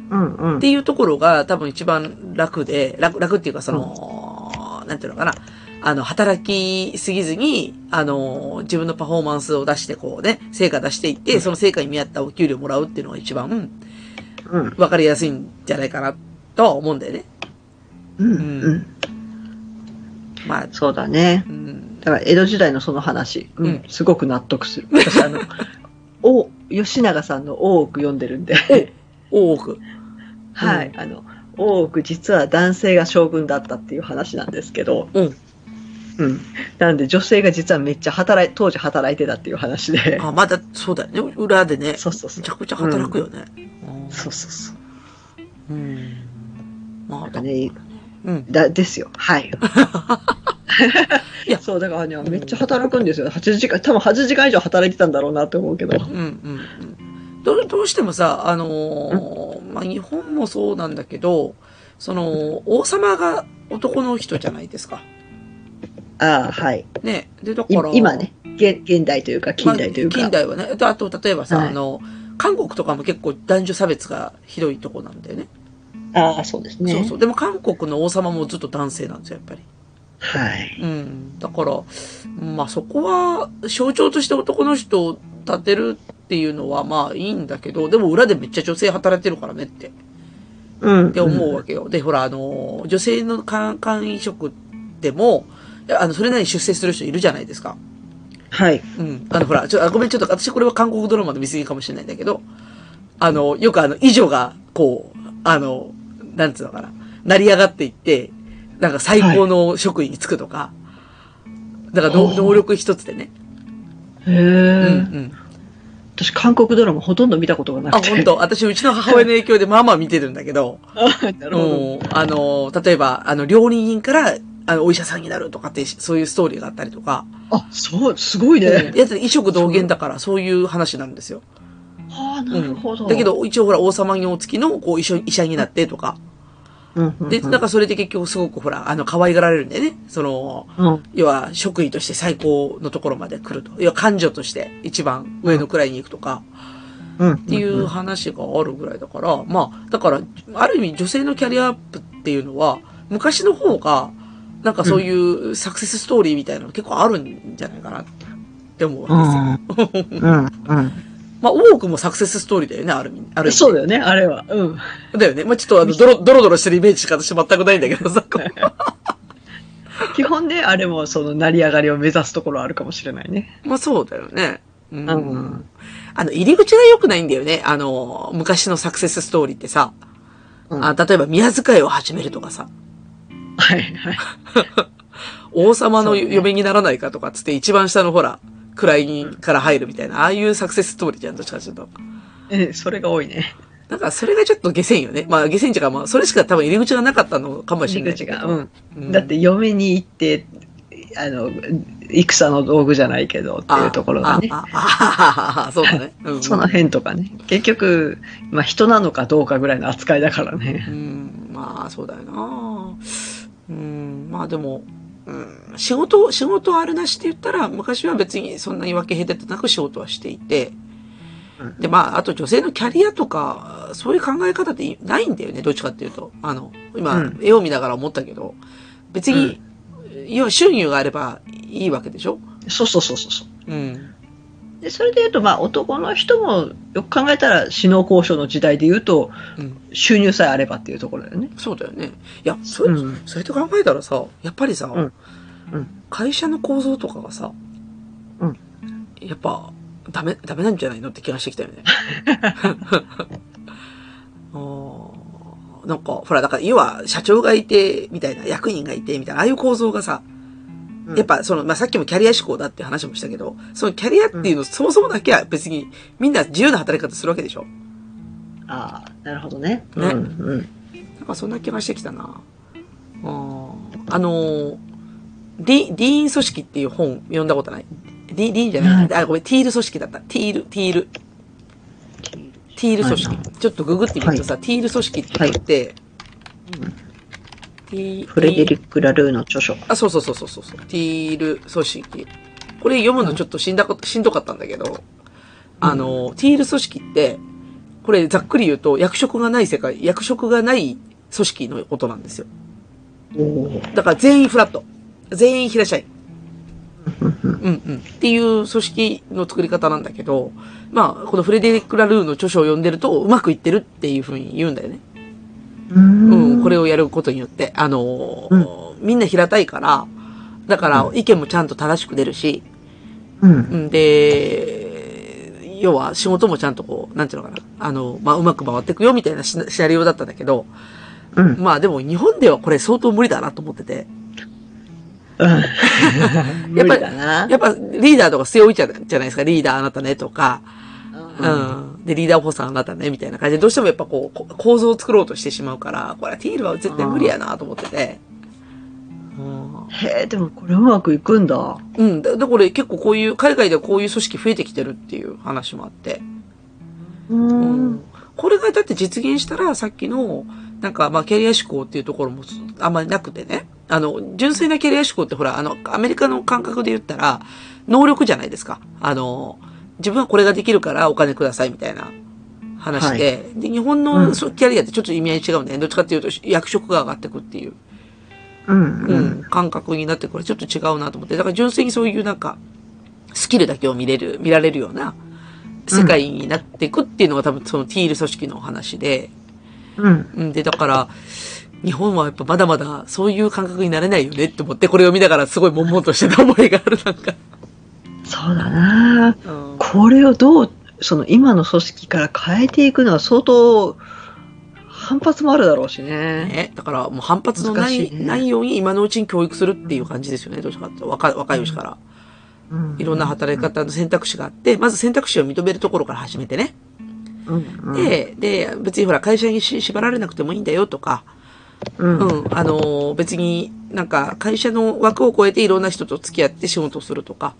うんうんっ。ていうところが多分一番楽で、楽、楽っていうかその、なんていうのかな。あの、働きすぎずに、あの、自分のパフォーマンスを出して、こうね、成果出していって、その成果に見合ったお給料もらうっていうのが一番うんわかりやすいんじゃないかな、とは思うんだよね。うんんうん、まあ、そうだね。うん。だから江戸時代のその話、うんうんすごく納得する。私あの、 お、吉永さんの大奥読んでるんで、多く。はい、あの、大奥実は男性が将軍だったっていう話なんですけど、うん。うん。なんで女性が実はめっちゃ働い、当時働いてたっていう話で、あ、まだ、そうだよね。裏でね。そうそうそめうち。ゃくちゃ働くよね。そうそうそう。うん。まあ、だだ、ね、うん。だですよ。はい。いやそう、だからね、めっちゃ働くんですよ。8時間、多分8時間以上働いてたんだろうなって思うけど。うんうんうん。どうどうしてもさ、あのーまあ、日本もそうなんだけど、その、王様が男の人じゃないですか。ああ、はい。ね。で、だかいら。今ね現現代というか近代というか、まあ近代はね。であと、例えばさ、はいあの、韓国とかも結構男女差別がひどいとこなんだよね。ああそうですねそうそう。でも韓国の王様もずっと男性なんですよ、やっぱり。はい。うん。だから、まあそこは象徴として男の人を立てるっていうのはまあいいんだけど、でも裏でめっちゃ女性働いてるからねって、っうん。て思うわけよ。で、ほら、あの、女性の管管飲食でも、いやあの、それなりに出世する人いるじゃないですか。はい。うん。あの、ほら、ちょ、あごめん、ちょっと私これは韓国ドラマの見過ぎかもしれないんだけど、あの、よくあの、以上が、こう、あの、なんつうのかな、成り上がっていって、なんか最高の職位に就くとか、だからお能ー能力一つでね。へうんうえ。ん。私、韓国ドラマほとんど見たことがなあ、くて。本当私、うちの母親の影響でまあまあ見てるんだけど、当 なるほど。うんあの、例えば、あの、料理人から、あの、お医者さんになるとかって、そういうストーリーがあったりとか、あ、そう、すごいね。やつ、異色同源だから、そういう話なんですよ。ああ、なるほど。だけ、ど、一応ほら、王様にお付きの、こう、医者医者になってとか。うんうん、で、なんかそれで結局すごくほら、あの、可愛がられるんだよね。その、うん、要は、職位として最高のところまで来ると。要は、官女として一番上の位に行くとか、うん。っっていう話があるぐらいだから、まあ、だから、ある意味女性のキャリアアップっていうのは、昔の方が、なんかそういうサクセスストーリーみたいなの結構あるんじゃないかなって思うんですうよ。ん。うん。うん。まあ、ウォークもサクセスストーリーだよね、ある意味。 ある意味そうだよね、あれは。うん。だよね。まあ、ちょっとあの、ドロ、ドロドロしてるイメージしか私全くないんだけどさ、こう基本ね、あれもその成り上がりを目指すところあるかもしれないね。まあ、そうだよね。う。うんん。あの、入り口が良くないんだよね。あの、昔のサクセスストーリーってさ、うんあ例えば宮遣いを始めるとかさ、はいはい。王様のそうね嫁にならないかとかっつって一番下のほら、位にから入るみたいな、ああいうサクセスストーリーじゃん、どっちかっていうと。え、それが多いね。なんか、それがちょっと下船よね。まあ、下船っていうか、まあ、それしか多分入り口がなかったのかもし入れなりいけ口ど。が。うん。うんだって、嫁に行って、あの、戦の道具じゃないけどっていうところがね。あ、あ、あ、あ、そうだね。うんその辺とかね。結局、まあ人なのかどうかぐらいの扱いだからね。うん、まあ、そうだよな。うん、まあでも、うん、仕事、仕事はあるなしって言ったら、昔は別にそんなに分け隔てなく仕事はしていてうん、で、まあ、あと女性のキャリアとか、そういう考え方ってないんだよね、どっちかっていうと。あの、今、うん絵を見ながら思ったけど、別に、要は収入があればいいわけでしょそうそうそうそうそう。うん。でそれで言うと、まあ、男の人もよく考えたら死の交渉の時代で言うとうん収入さえあればっていうところだよね。そうだよね。いや、それ、うんそれと考えたらさ、やっぱりさ、うんうん会社の構造とかがさ、うんやっぱ、ダメ、ダメなんじゃないのって気がしてきた よね。あーなんか、ほら、だから、要は、社長がいて、みたいな、役員がいて、みたいな、ああいう構造がさ、やっぱ、その、まあ、さっきもキャリア志向だって話もしたけど、そのキャリアっていうの、そもそもだけは別に、みんな自由な働き方するわけでしょああ、なるほどね。ねうんうん、なんかそんな気がしてきたな。あーあのー、ディ、ディーン組織っていう本読んだことないディ、ディーンじゃない、あ、ごめん、ティール組織だった。ティール、ティール。ティール組はいは織。ちょっとググってみるとさ、ティール組織って言って、うんティフレデリティック・ラルーの著書。あ、そうそうそうそうそうそう。ティール組織。これ読むのちょっとしんだこ、しんどかったんだけど、あのー、ティール組織って、これざっくり言うと、役職がない世界、役職がない組織のことなんですよ。おお。だから全員フラット。全員いらっしゃい。うんうん。っていう組織の作り方なんだけど、まあ、このフレデリック・ラ・ルーの著書を読んでると、うまくいってるっていうふうに言うんだよね。ううん、んこれをやることによって。あのーみんな平たいから、だから意見もちゃんと正しく出るし、うん。うんで、要は仕事もちゃんとこう、なんていうのかな。あの、まあ、うまく回っていくよみたいなシナシナリオだったんだけど、うん。まあでも日本ではこれ相当無理だなと思ってて。うん。やっぱり無理だな。やっぱリーダーとか背負いちゃうじゃないですか。リーダーあなたねとか、ううんん。で、リーダー補佐あなたねみたいな感じで、どうしてもやっぱこうこ、構造を作ろうとしてしまうから、これはティールは絶対無理やなと思ってて。うんへえ、でもこれうまくいくんだ。うん。で、でこれ結構こういう、海外ではこういう組織増えてきてるっていう話もあって。ううん。これがだって実現したら、さっきの、なんか、まあ、キャリア志向っていうところもあんまりなくてね。あの、純粋なキャリア志向ってほら、あの、アメリカの感覚で言ったら、能力じゃないですか。あの、自分はこれができるからお金くださいみたいな話で。で、日本うのんそうキャリアってちょっと意味合い違うんだよね。どっちかっていうと、役職が上がってくっていう。うんううんん、感覚になってこれちょっと違うなと思って、だから純粋にそういうなんか、スキルだけを見れる、見られるような世界になっていくっていうのが多分そのティール組織の話で、うん、うん、で、だから、日本はやっぱまだまだそういう感覚になれないよねって思って、これを見ながらすごい悶々としてた思いがある、なんか。そうだなうんこれをどうその今の組織から変えていくのは相当反発もあるだろうしねね、だからもう反発のない、難しいねないように今のうちに教育するっていう感じですよね、どうしたかって。若い若いうちから。いろんな働き、方の選択肢があって、まず選択肢を認めるところから始めてね。うんうんで、で、別にほら、会社にし縛られなくてもいいんだよとか、うんうん、あのー、別になんか会社の枠を超えていろんな人と付き合って仕事をするとか、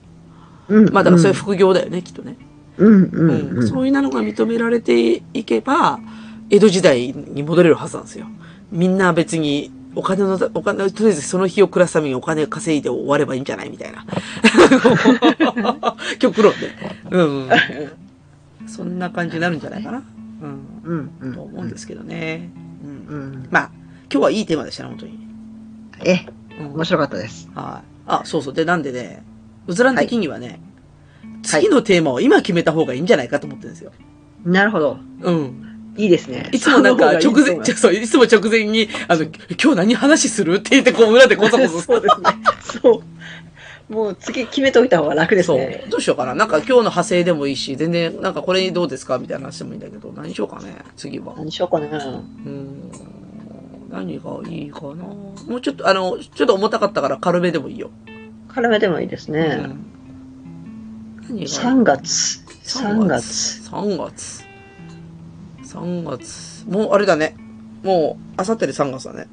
うんまあだからそういう副業だよね、きっとね。うんうんう、うんんそういうのが認められていけば、江戸時代に戻れるはずなんですよ。みんな別に、お金の、お金、とりあえずその日を暮らすためにお金稼いで終わればいいんじゃないみたい な。極論で。うん。 そんな感じになるんじゃないかな。うん。うんうんと思うんですけどね。うん。うんまあ、今日はいいテーマでしたね、本当に。えうん面白かったですはい。あ、そうそう。で、なんでね、うずらん的にはね、次のテーマを今決めた方がいいんじゃないかと思ってるんですよ。なるほどうん。いいですねいつもなんか直そ前、の方がいいじゃそう、いつも直前に、あの、今日何話するって言って、こう裏でこそこそ。 そうですね。そう。もう次決めておいた方が楽ですそうね。。どうしようかな。なんか今日の派生でもいいし、全然、なんかこれにどうですかみたいな話でもいいんだけど、何しようかね、次は。何しようかな。うーん。何がいいかな。もうちょっと、あの、ちょっと重たかったから軽めでもいいよ。絡めてもいいですうね。ん。何が3月。3月。。 3月。3月。もうあれだね。もう、あさってで3月だね。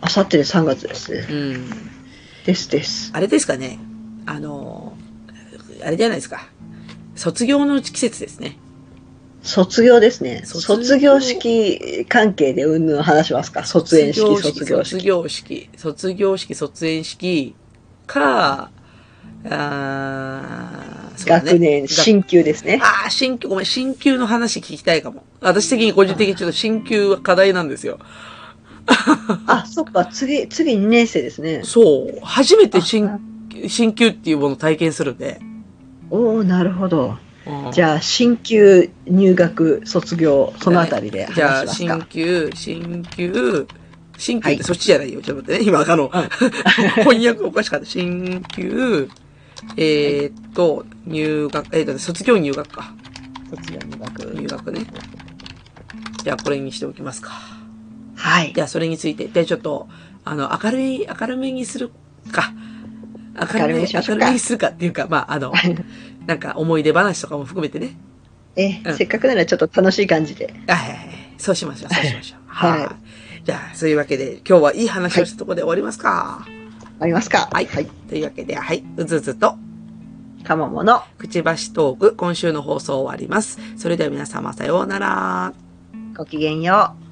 あさってで3月ですね。うん。ですです。あれですかね。あの、あれじゃないですか。卒業の季節ですね。卒業ですね。卒業卒業式関係でうんぬん話しますか。卒園式、卒業卒式。業式、卒業式、卒園式か、あーそうだね学年、学進級ですね。ああ、新級、ごめん、新級の話聞きたいかも。私的に個人的にちょっと新級は課題なんですよ。あ、そっか。次、次2年生ですね。そう。初めてあ新、新級っていうものを体験するんで。おおなるほど。うんじゃあ、進級、入学、卒業、そのあたりでじゃ話あ、します新か。旧、新旧、新旧っはていそっちじゃないよ。ちょっと待ってね。今、あの、 翻訳おかしかった。新旧、えーっと、入学、えーっとね、卒業入学か。卒業、入学入学ね。じゃあ、これにしておきますか。はい じ。ゃあ、それについて。で、ちょっと、あの、明るい、明るめにするか。明明るるめめ、にしまし明ょうかるめにするかっていうか、まあ、あの、なんか思い出話とかも含めてね。え、うんせっかくならちょっと楽しい感じで。はいはいはい。そうしましょう、そうしましょう。は。はいいじゃあ、そういうわけで、今日はいい話をしたところで終わりますか。ありますかはい。はい。というわけで、はい。うずうずと、かももの、くちばしトーク、今週の放送終わります。それでは皆様、さようなら。ごきげんよう。